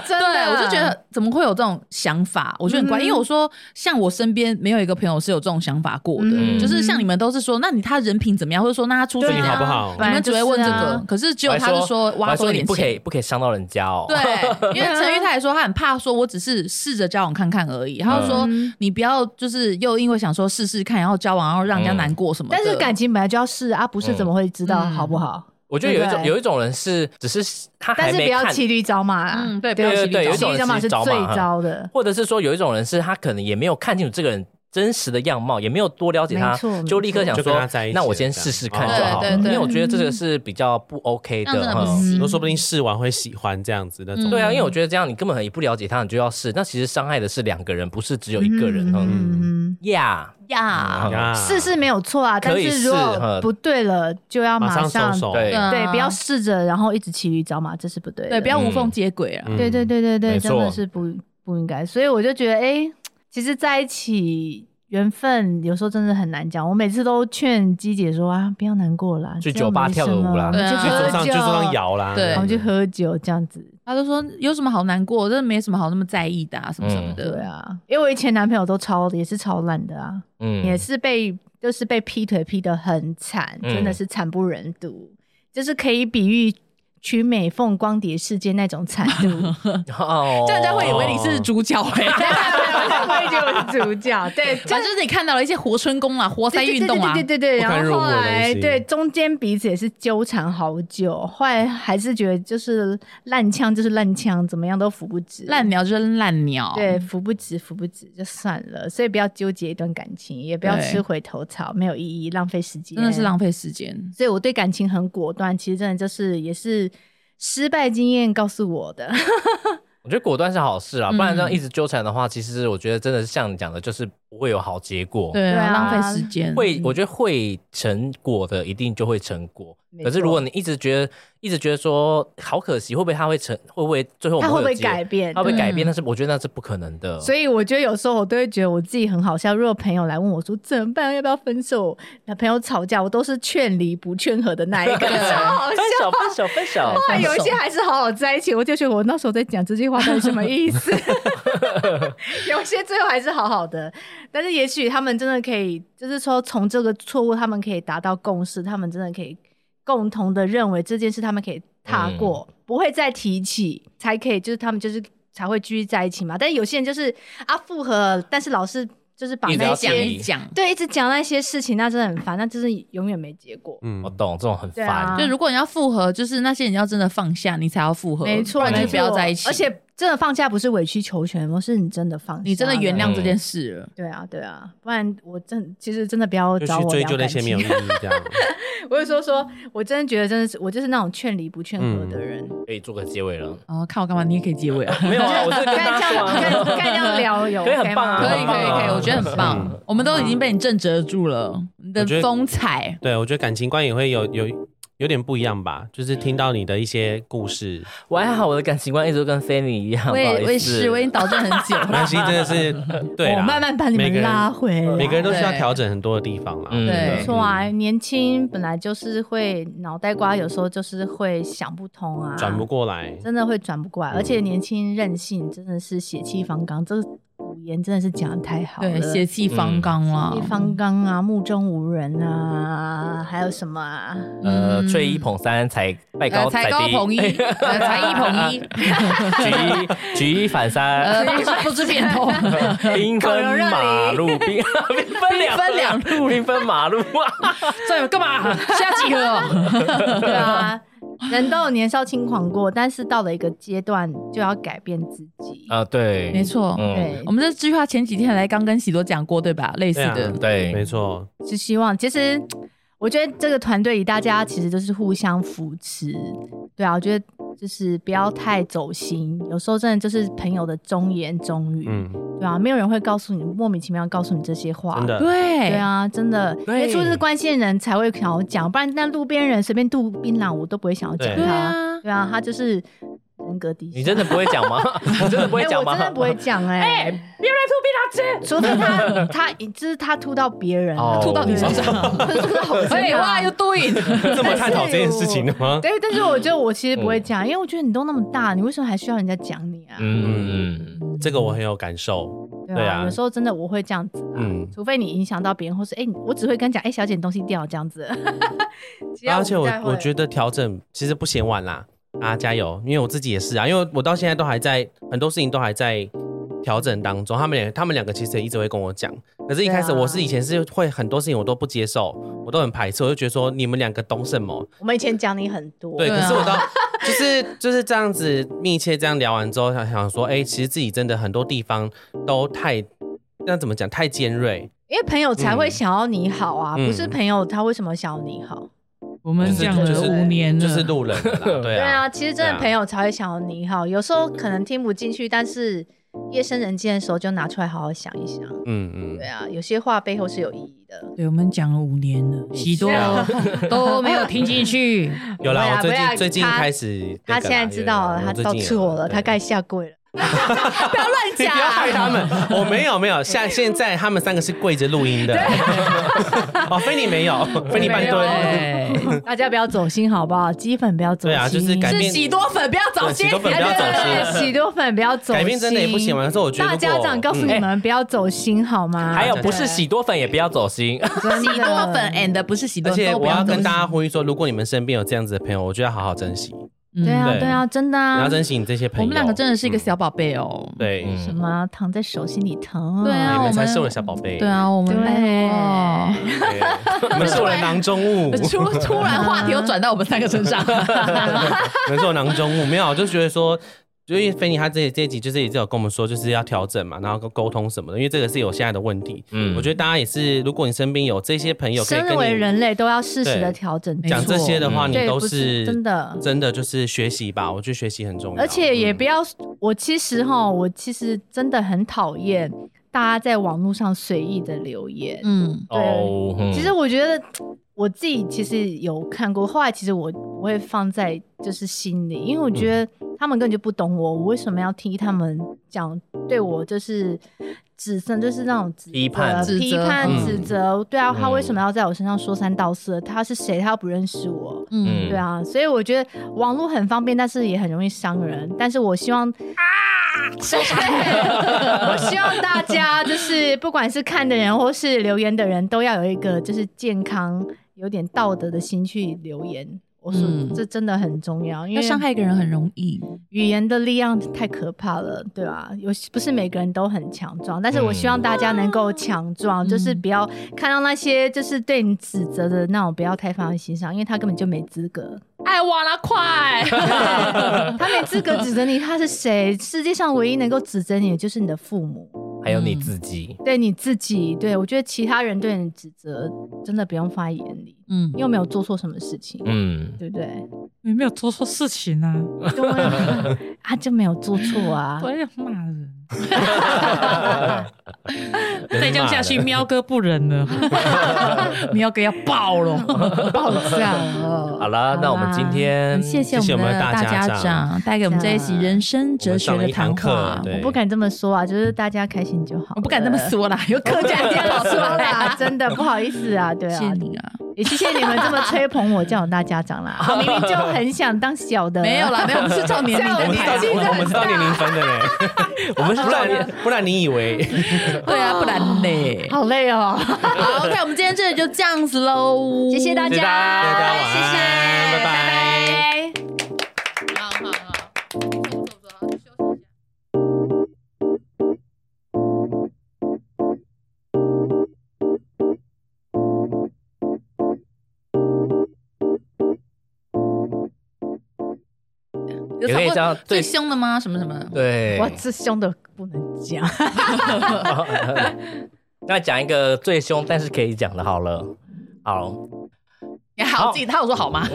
S7: 真
S4: 对，
S7: 的，啊
S4: 我就觉得怎么会有这种想法？我觉得很怪，
S7: 嗯
S4: 因为我说像我身边没有一个朋友是有这种想法过的，
S7: 嗯
S4: 就是像你们都是说，那你他人品怎么样，或者说那他出去
S7: 对啊
S6: 你好不好
S4: 你们只会问这
S7: 本来就
S4: 个
S7: 是啊，
S4: 可是只有他 就说
S5: 我还
S4: 挖多一
S5: 你
S4: 点
S5: 不可
S4: 钱。
S5: 以不可以伤到人家哦。
S4: 对，因为陈玉他也说他很怕，说我只是试着交往看看而已。他就说
S7: 嗯
S4: 你不要就是又因为想说试试看，然后交往然后让人家难过什么的。
S7: 但是感情本来就要试啊，不是怎么会知道
S4: 嗯
S7: 好不好？
S5: 我觉得有一
S7: 对
S5: 种
S7: 不对
S5: 有一种人是只是他还
S7: 但是
S5: 没
S7: 不要
S5: 看，
S7: 骑驴找马啦，
S4: 嗯对不
S7: 对
S4: 要
S5: 对对对，有一
S7: 骑
S5: 种
S7: 驴
S5: 人
S7: 找马
S5: 是
S7: 是
S5: 找
S7: 最
S5: 马哈，
S7: 糟的。
S5: 或者是说有一种人是他可能也没有看清楚这个人真实的样貌，也没有多了解
S7: 没
S5: 他
S7: 错没，
S5: 就立刻
S7: 错
S5: 想
S6: 就跟
S5: 说
S6: 他在一，起
S5: 那我
S6: 了
S5: 先
S6: 这
S5: 试
S6: 样
S5: 试看就
S6: 哦
S5: 好了，
S4: 对对
S5: 因
S4: 对
S5: 为我觉得这个
S7: 嗯
S5: 是比较不 OK
S4: 这样
S5: 的
S4: 真的不
S5: 哈。
S4: 行
S6: 都说不定试完会喜欢这样子那种。
S4: 嗯
S5: 对啊，因为我觉得这样你根本也不了解他，你就要试，那其实伤害的是两个人，不是只有一个人。嗯
S7: 嗯，
S5: 呀，
S4: 呀，
S6: 呀
S7: 试是没有错啊，但
S5: 可以
S7: 是如
S5: 试
S7: 果
S5: 嗯
S7: 不对了，就要
S6: 马上
S7: 上
S6: 收手，
S5: 对，
S4: 啊
S7: 对，不要试着然后一直骑驴找马，这是不对的。
S4: 对，不要无缝接轨啊。
S6: 嗯
S7: 对对对对
S5: 没
S7: 对，
S5: 错
S7: 真的是不不应该。所以我就觉得，哎、其实在一起缘分有时候真的很难讲。我每次都劝姬姐说啊，不要难过啦，
S5: 去
S7: 这样
S5: 酒吧
S7: 没
S5: 跳个
S7: 什么
S5: 舞啦
S7: 我们
S4: 对啊
S6: 去桌
S7: 去
S6: 上就
S7: 喝酒，
S6: 桌上摇啦，
S4: 对
S7: 我们去喝酒这样子。
S4: 他就说有什么好难过，这没什么好那么在意的啊，什么什么的。
S7: 对啊，因为我以前男朋友都超也是超烂的啊，
S5: 嗯
S7: 也是被就是被劈腿劈得很惨，
S5: 嗯
S7: 真的是惨不忍睹，就是可以比喻取美凤光碟事件那种惨 度。
S5: 哦，
S4: 这样人家会以为你是主角哎、
S7: 我也觉得我是主 角，对，就
S4: 反正就是你看到了一些活春宫啊、活塞运动啊，
S7: 对对对对对对
S6: 不
S7: 对。
S6: 堪
S7: 然
S6: 入
S7: 后
S6: 目
S7: 后
S6: 的东
S7: 来
S6: 西
S7: 对中间彼此也是纠缠好久，后来还是觉得就是烂枪就是烂枪，怎么样都扶不直，
S4: 烂鸟就是烂鸟。
S7: 对扶不直扶不直就算了，所以不要纠结一段感情，也不要
S4: 对
S7: 吃回头草，没有意义，浪费时间，
S4: 真的是浪费时间。
S7: 所以我对感情很果断，其实真的就是也是失败经验告诉我的。
S5: 我觉得果断是好事啊，不然
S4: 嗯
S5: 这样一直纠缠的话，其实我觉得真的是像你讲的，就是不会有好结果。
S4: 对
S7: 对
S4: 啊，
S7: 啊
S4: 浪费时间。
S5: 会，我觉得会成果的一定就会成果。
S7: 没
S5: 可是如
S7: 错
S5: 果你一直觉得，一直觉得说好可惜，会不会他会成，会不会最后我
S7: 他
S5: 们
S7: 会不
S5: 有
S7: 会
S5: 结
S7: 改？变？
S5: 他会不会改变？
S4: 嗯
S5: 但是我觉得那是不可能的。
S7: 所以我觉得有时候我都会觉得我自己很好笑。如果朋友来问我说怎么办，要不要分手，那朋友吵架，我都是劝离不劝和的那 一个，超好
S5: 分
S7: 笑。
S5: 手，分手，分手。
S7: 后来有一些还是好好在一起，我就觉得我那时候在讲这句话到底什么意 思？有些最后还是好好的，但是也许他们真的可以，就是说从这个错误，他们可以达到共识，他们真的可以共同的认为这件事，他们可以踏过，
S5: 嗯
S7: 不会再提起，才可以，就是他们就是才会继续在一起嘛。但是有些人就是啊复合，但是老是就是把
S5: 一直
S7: 那
S5: 要
S7: 些
S5: 讲
S4: 一直讲。
S7: 对一直讲那些事情，那真的很烦，那就是永远没结果。
S6: 嗯
S5: 我，懂，这种很
S7: 对
S5: 烦
S7: 啊。
S4: 就如果你要复合，就是那些你要真的放下，你才要复合，
S7: 没错，
S4: 不然
S7: 没
S4: 就
S7: 错
S4: 不要在一起。
S7: 而且真的放下不是委曲求全，我是你真的放下了，
S4: 你真的原谅这件事了。
S7: 对啊，对啊，不然我真其实真的不要
S6: 就
S7: 找
S6: 去
S7: 我
S6: 追
S7: 聊
S6: 究那
S7: 感
S6: 些
S7: 情。
S6: 没 有意义这样。
S7: 我就说说，我真的觉得真的是我就是那种劝离不劝和的人。
S5: 可以做个结尾了。
S4: 哦，看我干嘛？你也可以结尾啊。
S5: 没有啊，嗯我是
S7: 刚
S5: 跟
S7: 才
S5: 大
S7: 这
S5: 家说
S7: 样，刚才
S5: 啊。
S7: 刚才这样聊有
S5: 可以很
S7: OK
S5: 棒 啊
S4: 可
S7: 吗
S4: 以可以 可以，
S5: 嗯
S4: 我觉得很棒，我们都已经被你震慑住了，你的
S6: 我觉得
S4: 风 采。
S6: 对，我觉得感情观也会有有有点不一样吧，就是听到你的一些故 事，
S5: 我还好，我的感情观一直都跟菲尼一样，不
S4: 我也
S5: 好
S4: 我
S5: 意
S4: 也
S5: 思
S4: 是，我已经导正很久
S6: 没关
S4: 了。
S6: 系，真的是 对
S7: 我
S6: 啦，
S7: 慢慢把你
S6: 每个人
S7: 们拉回来。
S6: 每个人都需要调整很多的地方啦。
S5: 嗯
S4: 对
S7: 没错啊，年轻本来就是会脑袋瓜，有时候就是会想不通啊，
S6: 转不过来，
S7: 真的会转不过来，而且年轻任性真的是血气方刚，这古古言真的是讲的太好了，
S4: 对，血气方刚啦
S7: 一，方刚啊，目中无人啊，还有什么啊？
S5: 呃，
S4: 嗯
S5: 吹一捧三，才拜高
S4: 呃才高
S5: 低，
S4: 捧一，呃才一捧一，
S5: 举一举一反
S4: 呃，
S5: 三，
S4: 不知不知变通，
S5: 兵
S4: 狗肉
S5: 分
S4: 让
S5: 马
S4: 梨
S5: 路，兵 兵分两
S4: 分两
S5: 路，兵分马路啊！
S4: 这干嘛？是要集合哦？
S7: 对啊，人都有年少轻狂过，但是到了一个阶段就要改变自己。
S5: 啊，对，
S4: 没错，
S5: 嗯，
S7: 对
S4: 我，们这句话前几天来刚跟喜多讲过，对吧？类似
S6: 对啊
S4: 的，
S5: 对
S6: 没，错，
S7: 是希望，其实我觉得这个团队里大家其实都是互相扶持，对啊，我觉得就是不要太走心，有时候真的就是朋友的忠言忠语，
S6: 嗯，
S7: 对啊，没有人会告诉你莫名其妙告诉你这些话，
S6: 真的，
S4: 对
S7: 对，啊，真的，因为除了是关系的人才会想要讲，不然那路边人随便渡槟榔，我都不会想要讲
S6: 对
S7: 他。
S4: 啊，
S7: 对啊，他就是人格低下。
S5: 你真的不会讲吗？你真的不
S7: 哎
S5: 会讲吗？
S7: 我真的不会讲哎、除非他他就是他吐到别人
S5: 哦
S7: 了，
S5: 吐到你身
S7: 上， 吐到我身
S4: 废哎
S7: 上。
S4: 话又对，
S6: 这么探讨这件事情的吗？
S7: 对，但是我觉得我其实不会讲，因为我觉得你都那么大，你为什么还需要人家讲你啊？
S5: 嗯，
S6: 这个我很有感受，对
S7: 对
S6: 啊
S7: 啊，有时候真的我会这样子啊，
S6: 嗯
S7: 除非你影响到别人，或是哎、你我只会跟你讲，哎、小姐你东西掉了这样子。 其他
S6: 而且
S7: 不
S6: 我
S7: 太会
S6: 我觉得调整其实不嫌晚啦，啊，加油！因为我自己也是啊，因为我到现在都还在很多事情都还在调整当中。他们两他们两个其实也一直会跟我讲，可是一开始
S7: 对啊
S6: 我是以前是会很多事情我都不接受，我都很排斥，我就觉得说你们两个懂什么？
S7: 我们以前讲你很多，
S6: 对，
S4: 对
S6: 可
S4: 啊
S6: 是我到就是就是这样子密切这样聊完之后，想想说，哎、其实自己真的很多地方都太。那怎么讲？太尖锐，
S7: 因为朋友才会想要你好啊，
S6: 嗯
S7: 不是朋友他为什么想要你好？
S8: 我们
S6: 就是
S8: 讲了
S6: 就是
S8: 五年
S4: 嗯
S8: 了，
S6: 就是路人了啦，对
S7: 对啊，
S6: 啊，
S7: 其实真
S6: 对
S7: 的
S6: 啊
S7: 朋友才会想要你好，有时候可能听不进去，但是夜深人静的时候就拿出来好好想一想。
S6: 嗯嗯
S7: 对，啊，有些话背后是有意义的。
S8: 对，我们讲了五年了，喜多 都没有听进 去。
S6: 有
S7: 不会
S6: 啦，
S7: 啊
S6: 我最
S7: 不会
S6: 近
S7: 啊
S6: 最近
S7: 他
S6: 开始那
S7: 他
S6: 个啦，
S7: 现在知道了，
S6: 有
S7: 他
S6: 有有
S7: 道
S6: 我最近有
S7: 错了，
S6: 对
S7: 他该下跪了。
S4: 不要乱
S6: 你
S4: 讲，
S6: 不要害他们，我没有没有，像现在他们三个是跪着录音的。 哦，菲尼没 有，菲尼半蹲。
S8: 对，
S7: 大家不要走心好不好？鸡粉不要走心，
S6: 对
S7: 哎
S6: 啊，就是改
S4: 是
S6: 变，
S4: 喜多粉，不要走心，
S6: 对喜多粉不要走心
S7: 对啊喜多粉不要走心，
S6: 改变真的也不行。完之后，我觉得
S7: 大
S6: 如果
S7: 家长告诉你
S6: 嗯哎
S7: 们不要走心好吗？
S5: 还有不是喜多粉也不要走心，
S7: 真的
S4: 喜多粉 and 不是喜
S6: 而
S4: 多，
S6: 且
S4: 都不
S6: 我要
S4: 走
S6: 跟
S4: 心
S6: 大家呼吁说，如果你们身边有这样子的朋友，我觉得好好珍惜，
S8: 嗯
S7: 对啊
S6: 对
S7: 对啊，真的
S6: 你
S7: 啊
S6: 要，珍惜你这些朋友。
S4: 我们两个真的是一个
S6: 嗯
S4: 小宝贝哦，
S6: 对，哎
S7: 什么躺在手心里疼，
S4: 对啊
S6: 你们才
S4: 我们
S6: 是我的小宝贝，
S4: 对，啊，我们
S7: 对
S8: 哎
S4: 哦。
S6: 你们是我的囊中物，
S4: 突突然话题又转到我们三个 身上，
S6: 没错，囊中物没有，我就觉得说。就因为菲尼他这这一集就是也是有跟我们说，就是要调整嘛，然后沟通什么的，因为这个是有现在的问题。
S5: 嗯
S6: 我觉得大家也是，如果你身边有这些朋友可以
S7: 身
S6: 跟
S7: 为
S6: 你
S7: 人类都要适时
S6: 对
S7: 的调整自己，
S6: 讲这些的话，
S5: 嗯
S6: 你
S7: 对
S6: 都
S7: 不是真的
S6: 真的就是学习吧。我觉得学习很重要，
S7: 而且也不要，我其实哈，我其实真的很讨厌大家在网络上随意的留言。
S4: 嗯，
S7: 对
S5: 哦，嗯
S7: 其实我觉得我自己其实有看过，后来其实我不会放在就是心里，因为我觉得
S5: 嗯
S7: 他们根本就不懂我，我为什么要听他们讲对我就是指正，就是那种指责
S5: 批判
S4: 指责
S7: 批判、
S5: 嗯
S7: 指责。对啊，他
S5: 嗯
S7: 为什么要在我身上说三道四？他是谁？他又不认识我。
S5: 嗯
S7: 对啊，所以我觉得网络很方便，但是也很容易伤人。但是我希望啊， 我希望大家就是不管是看的人或是留言的人，都要有一个就是健康、有点道德的心去留言。我说、
S8: 嗯
S7: 这真的很重要，因
S8: 要
S7: 为
S8: 伤害一个人很容易，
S7: 语言的力量太可怕了，对吧、有不是每个人都很强壮，但是我希望大家能够强壮，就是不要看到那些就是对你指责的那种，不要太放在心上，因为他根本就没资格。
S4: 爱我啦， 快！
S7: 他没资格指责你，他是谁？世界上唯一能够指责你的就是你的父母，
S5: 还有你
S4: 嗯
S5: 自己，
S7: 对你自己。对我觉得其他人对你的指责真的不用放在眼里，
S8: 嗯，
S7: 你又没有做错什么事情，
S5: 嗯，
S7: 对不对？
S8: 你没有做错事情啊，
S7: 对啊，啊就没有做错 啊
S8: 我。要骂人，
S6: 再
S8: 再这样下
S4: 嗯
S8: 去，喵哥不忍 了，喵哥要爆了。
S7: 爆炸了！
S5: 好了，那我们今天
S4: 很谢嗯谢
S6: 谢谢
S4: 我们
S6: 我们的
S4: 的
S6: 大
S4: 大
S6: 家
S4: 家长带给我们这一集人生哲学的谈话，
S6: 对
S7: 我不敢这么说啊，就是大家开心就好。
S4: 我不敢这么，说啦，有客家
S7: 不
S4: 爹
S7: 敢这
S4: 老出
S7: 么说
S4: 来
S7: 啦，
S4: 啦，
S7: 真的不好意思啊，对
S4: 谢
S7: 啊
S4: 谢，你啊，
S7: 也谢谢你们这么吹捧我，叫我大家 长啦。我明明就很想当小的，
S4: 没有啦，没有，我们是照年龄
S7: 我
S4: 的
S7: 们
S4: 年
S7: 是照
S4: 纪
S7: 年龄
S6: 我们是到年龄分的嘞，我们是不然你不然你以为？
S4: 对啊，不然嘞。
S7: 好累哦。
S4: 好，OK，我们今天这里就这样子喽，
S7: 谢谢大家，
S6: 谢谢大家晚
S7: 谢谢，
S6: 安拜拜
S7: 拜拜
S4: 好好好。有
S5: 也可以
S4: 想
S5: 这样
S4: 过最
S5: 对
S4: 凶的吗？什么什么的？
S5: 对，
S7: 哇，这凶的不能讲。
S5: 那讲一个最凶但是可以讲的，好了，好，
S4: 你好，
S5: 好
S4: 自己他有说好吗？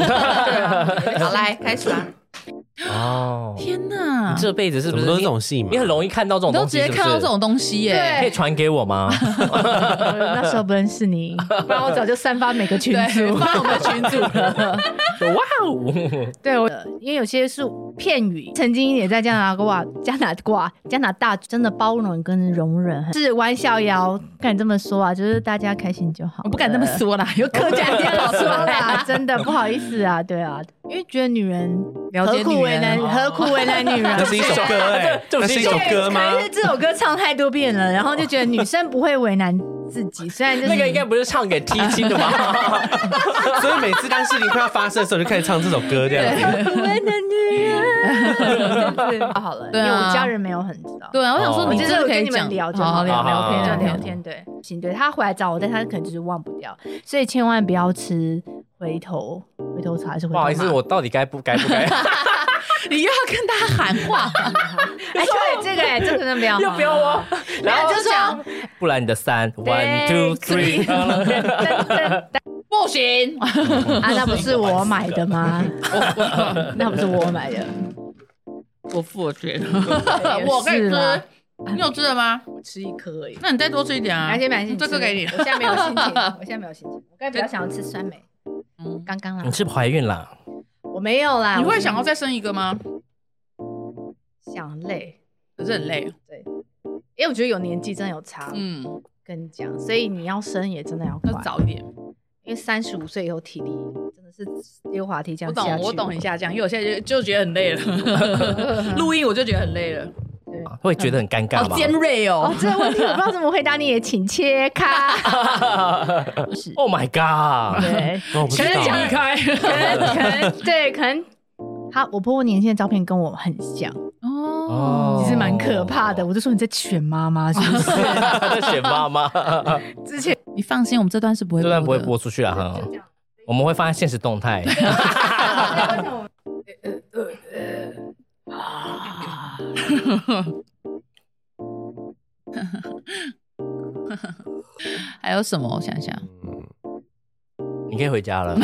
S4: 好，来开始吧。
S5: 哦，
S4: 天哪，
S5: 这辈子是
S6: 怎
S5: 不
S6: 么
S5: 是
S6: 都是
S5: 你
S6: 这种戏嘛
S5: 你？很容易看到这种
S4: 你都
S5: 东
S4: 直
S5: 西，是
S4: 接
S5: 不
S4: 看到
S5: 是
S4: 这种东西耶
S5: 可以。传给我吗？
S7: 那时候不认识你，不然我早就散发每个群
S4: 对，
S7: 组。
S4: 放在我们群组了。
S5: 哇哦！
S7: 对，我因为有些是片语，曾经也在啊加拿大、加拿大、加拿大真的包容跟容忍，是玩逍遥，不敢这么说啊，就是大家开心就好。
S4: 我不敢这么，说啦，有客家
S7: 这
S4: 店
S7: 样
S4: 跑出
S7: 说
S4: 来
S7: 啦，
S4: 啊。
S7: 真的不好意思啊，对啊，因为觉得女人
S4: 了解
S7: 何苦
S4: 女
S7: 为
S4: 人
S7: 难，
S4: 哦
S7: 何苦为难女人
S6: 这？是一 首歌 哎，这是一首歌吗？
S7: 啊可是这首歌唱太多遍了，然后就觉得女生不会为难自己，虽然就是
S5: 那个应该不是唱给 T 青的吧？
S6: 所以每次当事情快要发生的时候，就开始唱这首歌这样子。
S7: 不为难女人，就是好了，因
S4: 对啊
S7: 为我家人没有很知道。
S4: 对啊，我想说
S5: 哦
S4: 你
S7: 就
S4: 这
S7: 是
S4: 个
S7: 我
S4: 可
S7: 跟
S4: 以
S7: 你们
S4: 讲，
S7: 聊，
S4: 好好
S7: 聊
S4: 聊
S5: 好
S7: 天，
S5: 好
S7: 就
S5: 好
S7: 聊天，对，行，对他回来找我，但他可能就是忘不掉，所以千万不要吃回头回头草还是回
S5: 不
S7: 头马
S5: 好意思，我 到底该不该不该？
S4: 你又要跟大家喊话，
S7: 哎，对这个哎，这个真的不要，
S5: 要不要我？然后
S7: 就讲
S5: 不然你的三，one
S7: 对
S5: two
S7: 对
S5: three，
S7: 噔噔噔
S4: 不行，
S7: 啊，那不是我买的吗？那不是我买的，
S4: 我付我钱，
S7: 也
S4: 我可以
S7: 是啦
S4: 吃。你有吃的吗？
S7: 吃一颗而已。
S4: 那你再多吃一点啊。
S7: 而且买心
S4: 这个给你
S7: 我。现在没有心情，我现在没有心情，我刚才比较想要吃酸梅，
S4: 嗯
S7: 刚刚啦
S5: 你，是不是怀孕啦？
S7: 我没有啦，
S4: 你
S7: 我
S4: 会想要再生一个吗？
S7: 想累，
S4: 可是很累。
S7: 因为我觉得有年纪真的有差，
S4: 嗯，
S7: 跟你讲，所以你要生也真的要快
S4: 要，早一点。
S7: 因为三十五岁以后体力真的是溜滑梯这
S4: 我
S7: 样下
S4: 懂，
S7: 去，
S4: 我懂一。下这样，因为我现在就就觉得很累 了。录音我就觉得很累了，
S5: 会觉得很尴尬
S4: 好
S5: 吧？
S4: 尖锐哦
S7: 哦，。这个问题我不知道怎么回答你，也请切 开。
S5: Oh my god！
S7: 对，
S6: 哦我不知道
S4: 离开。
S7: 可能可能对，可能他我婆婆年轻的照片跟我很像，
S4: 哦
S5: 哦，
S7: 其实蛮可怕的。我就说你在选妈妈是不是？
S5: 在选妈妈，
S7: 之前
S4: 你放心，我们这段是不会
S5: 这
S4: 播
S5: 段
S4: 的，
S5: 不会播出去了哈
S7: 就这样。
S5: 我们会放在现实动态。
S4: 还有什么？我想想，
S5: 你可以回家了。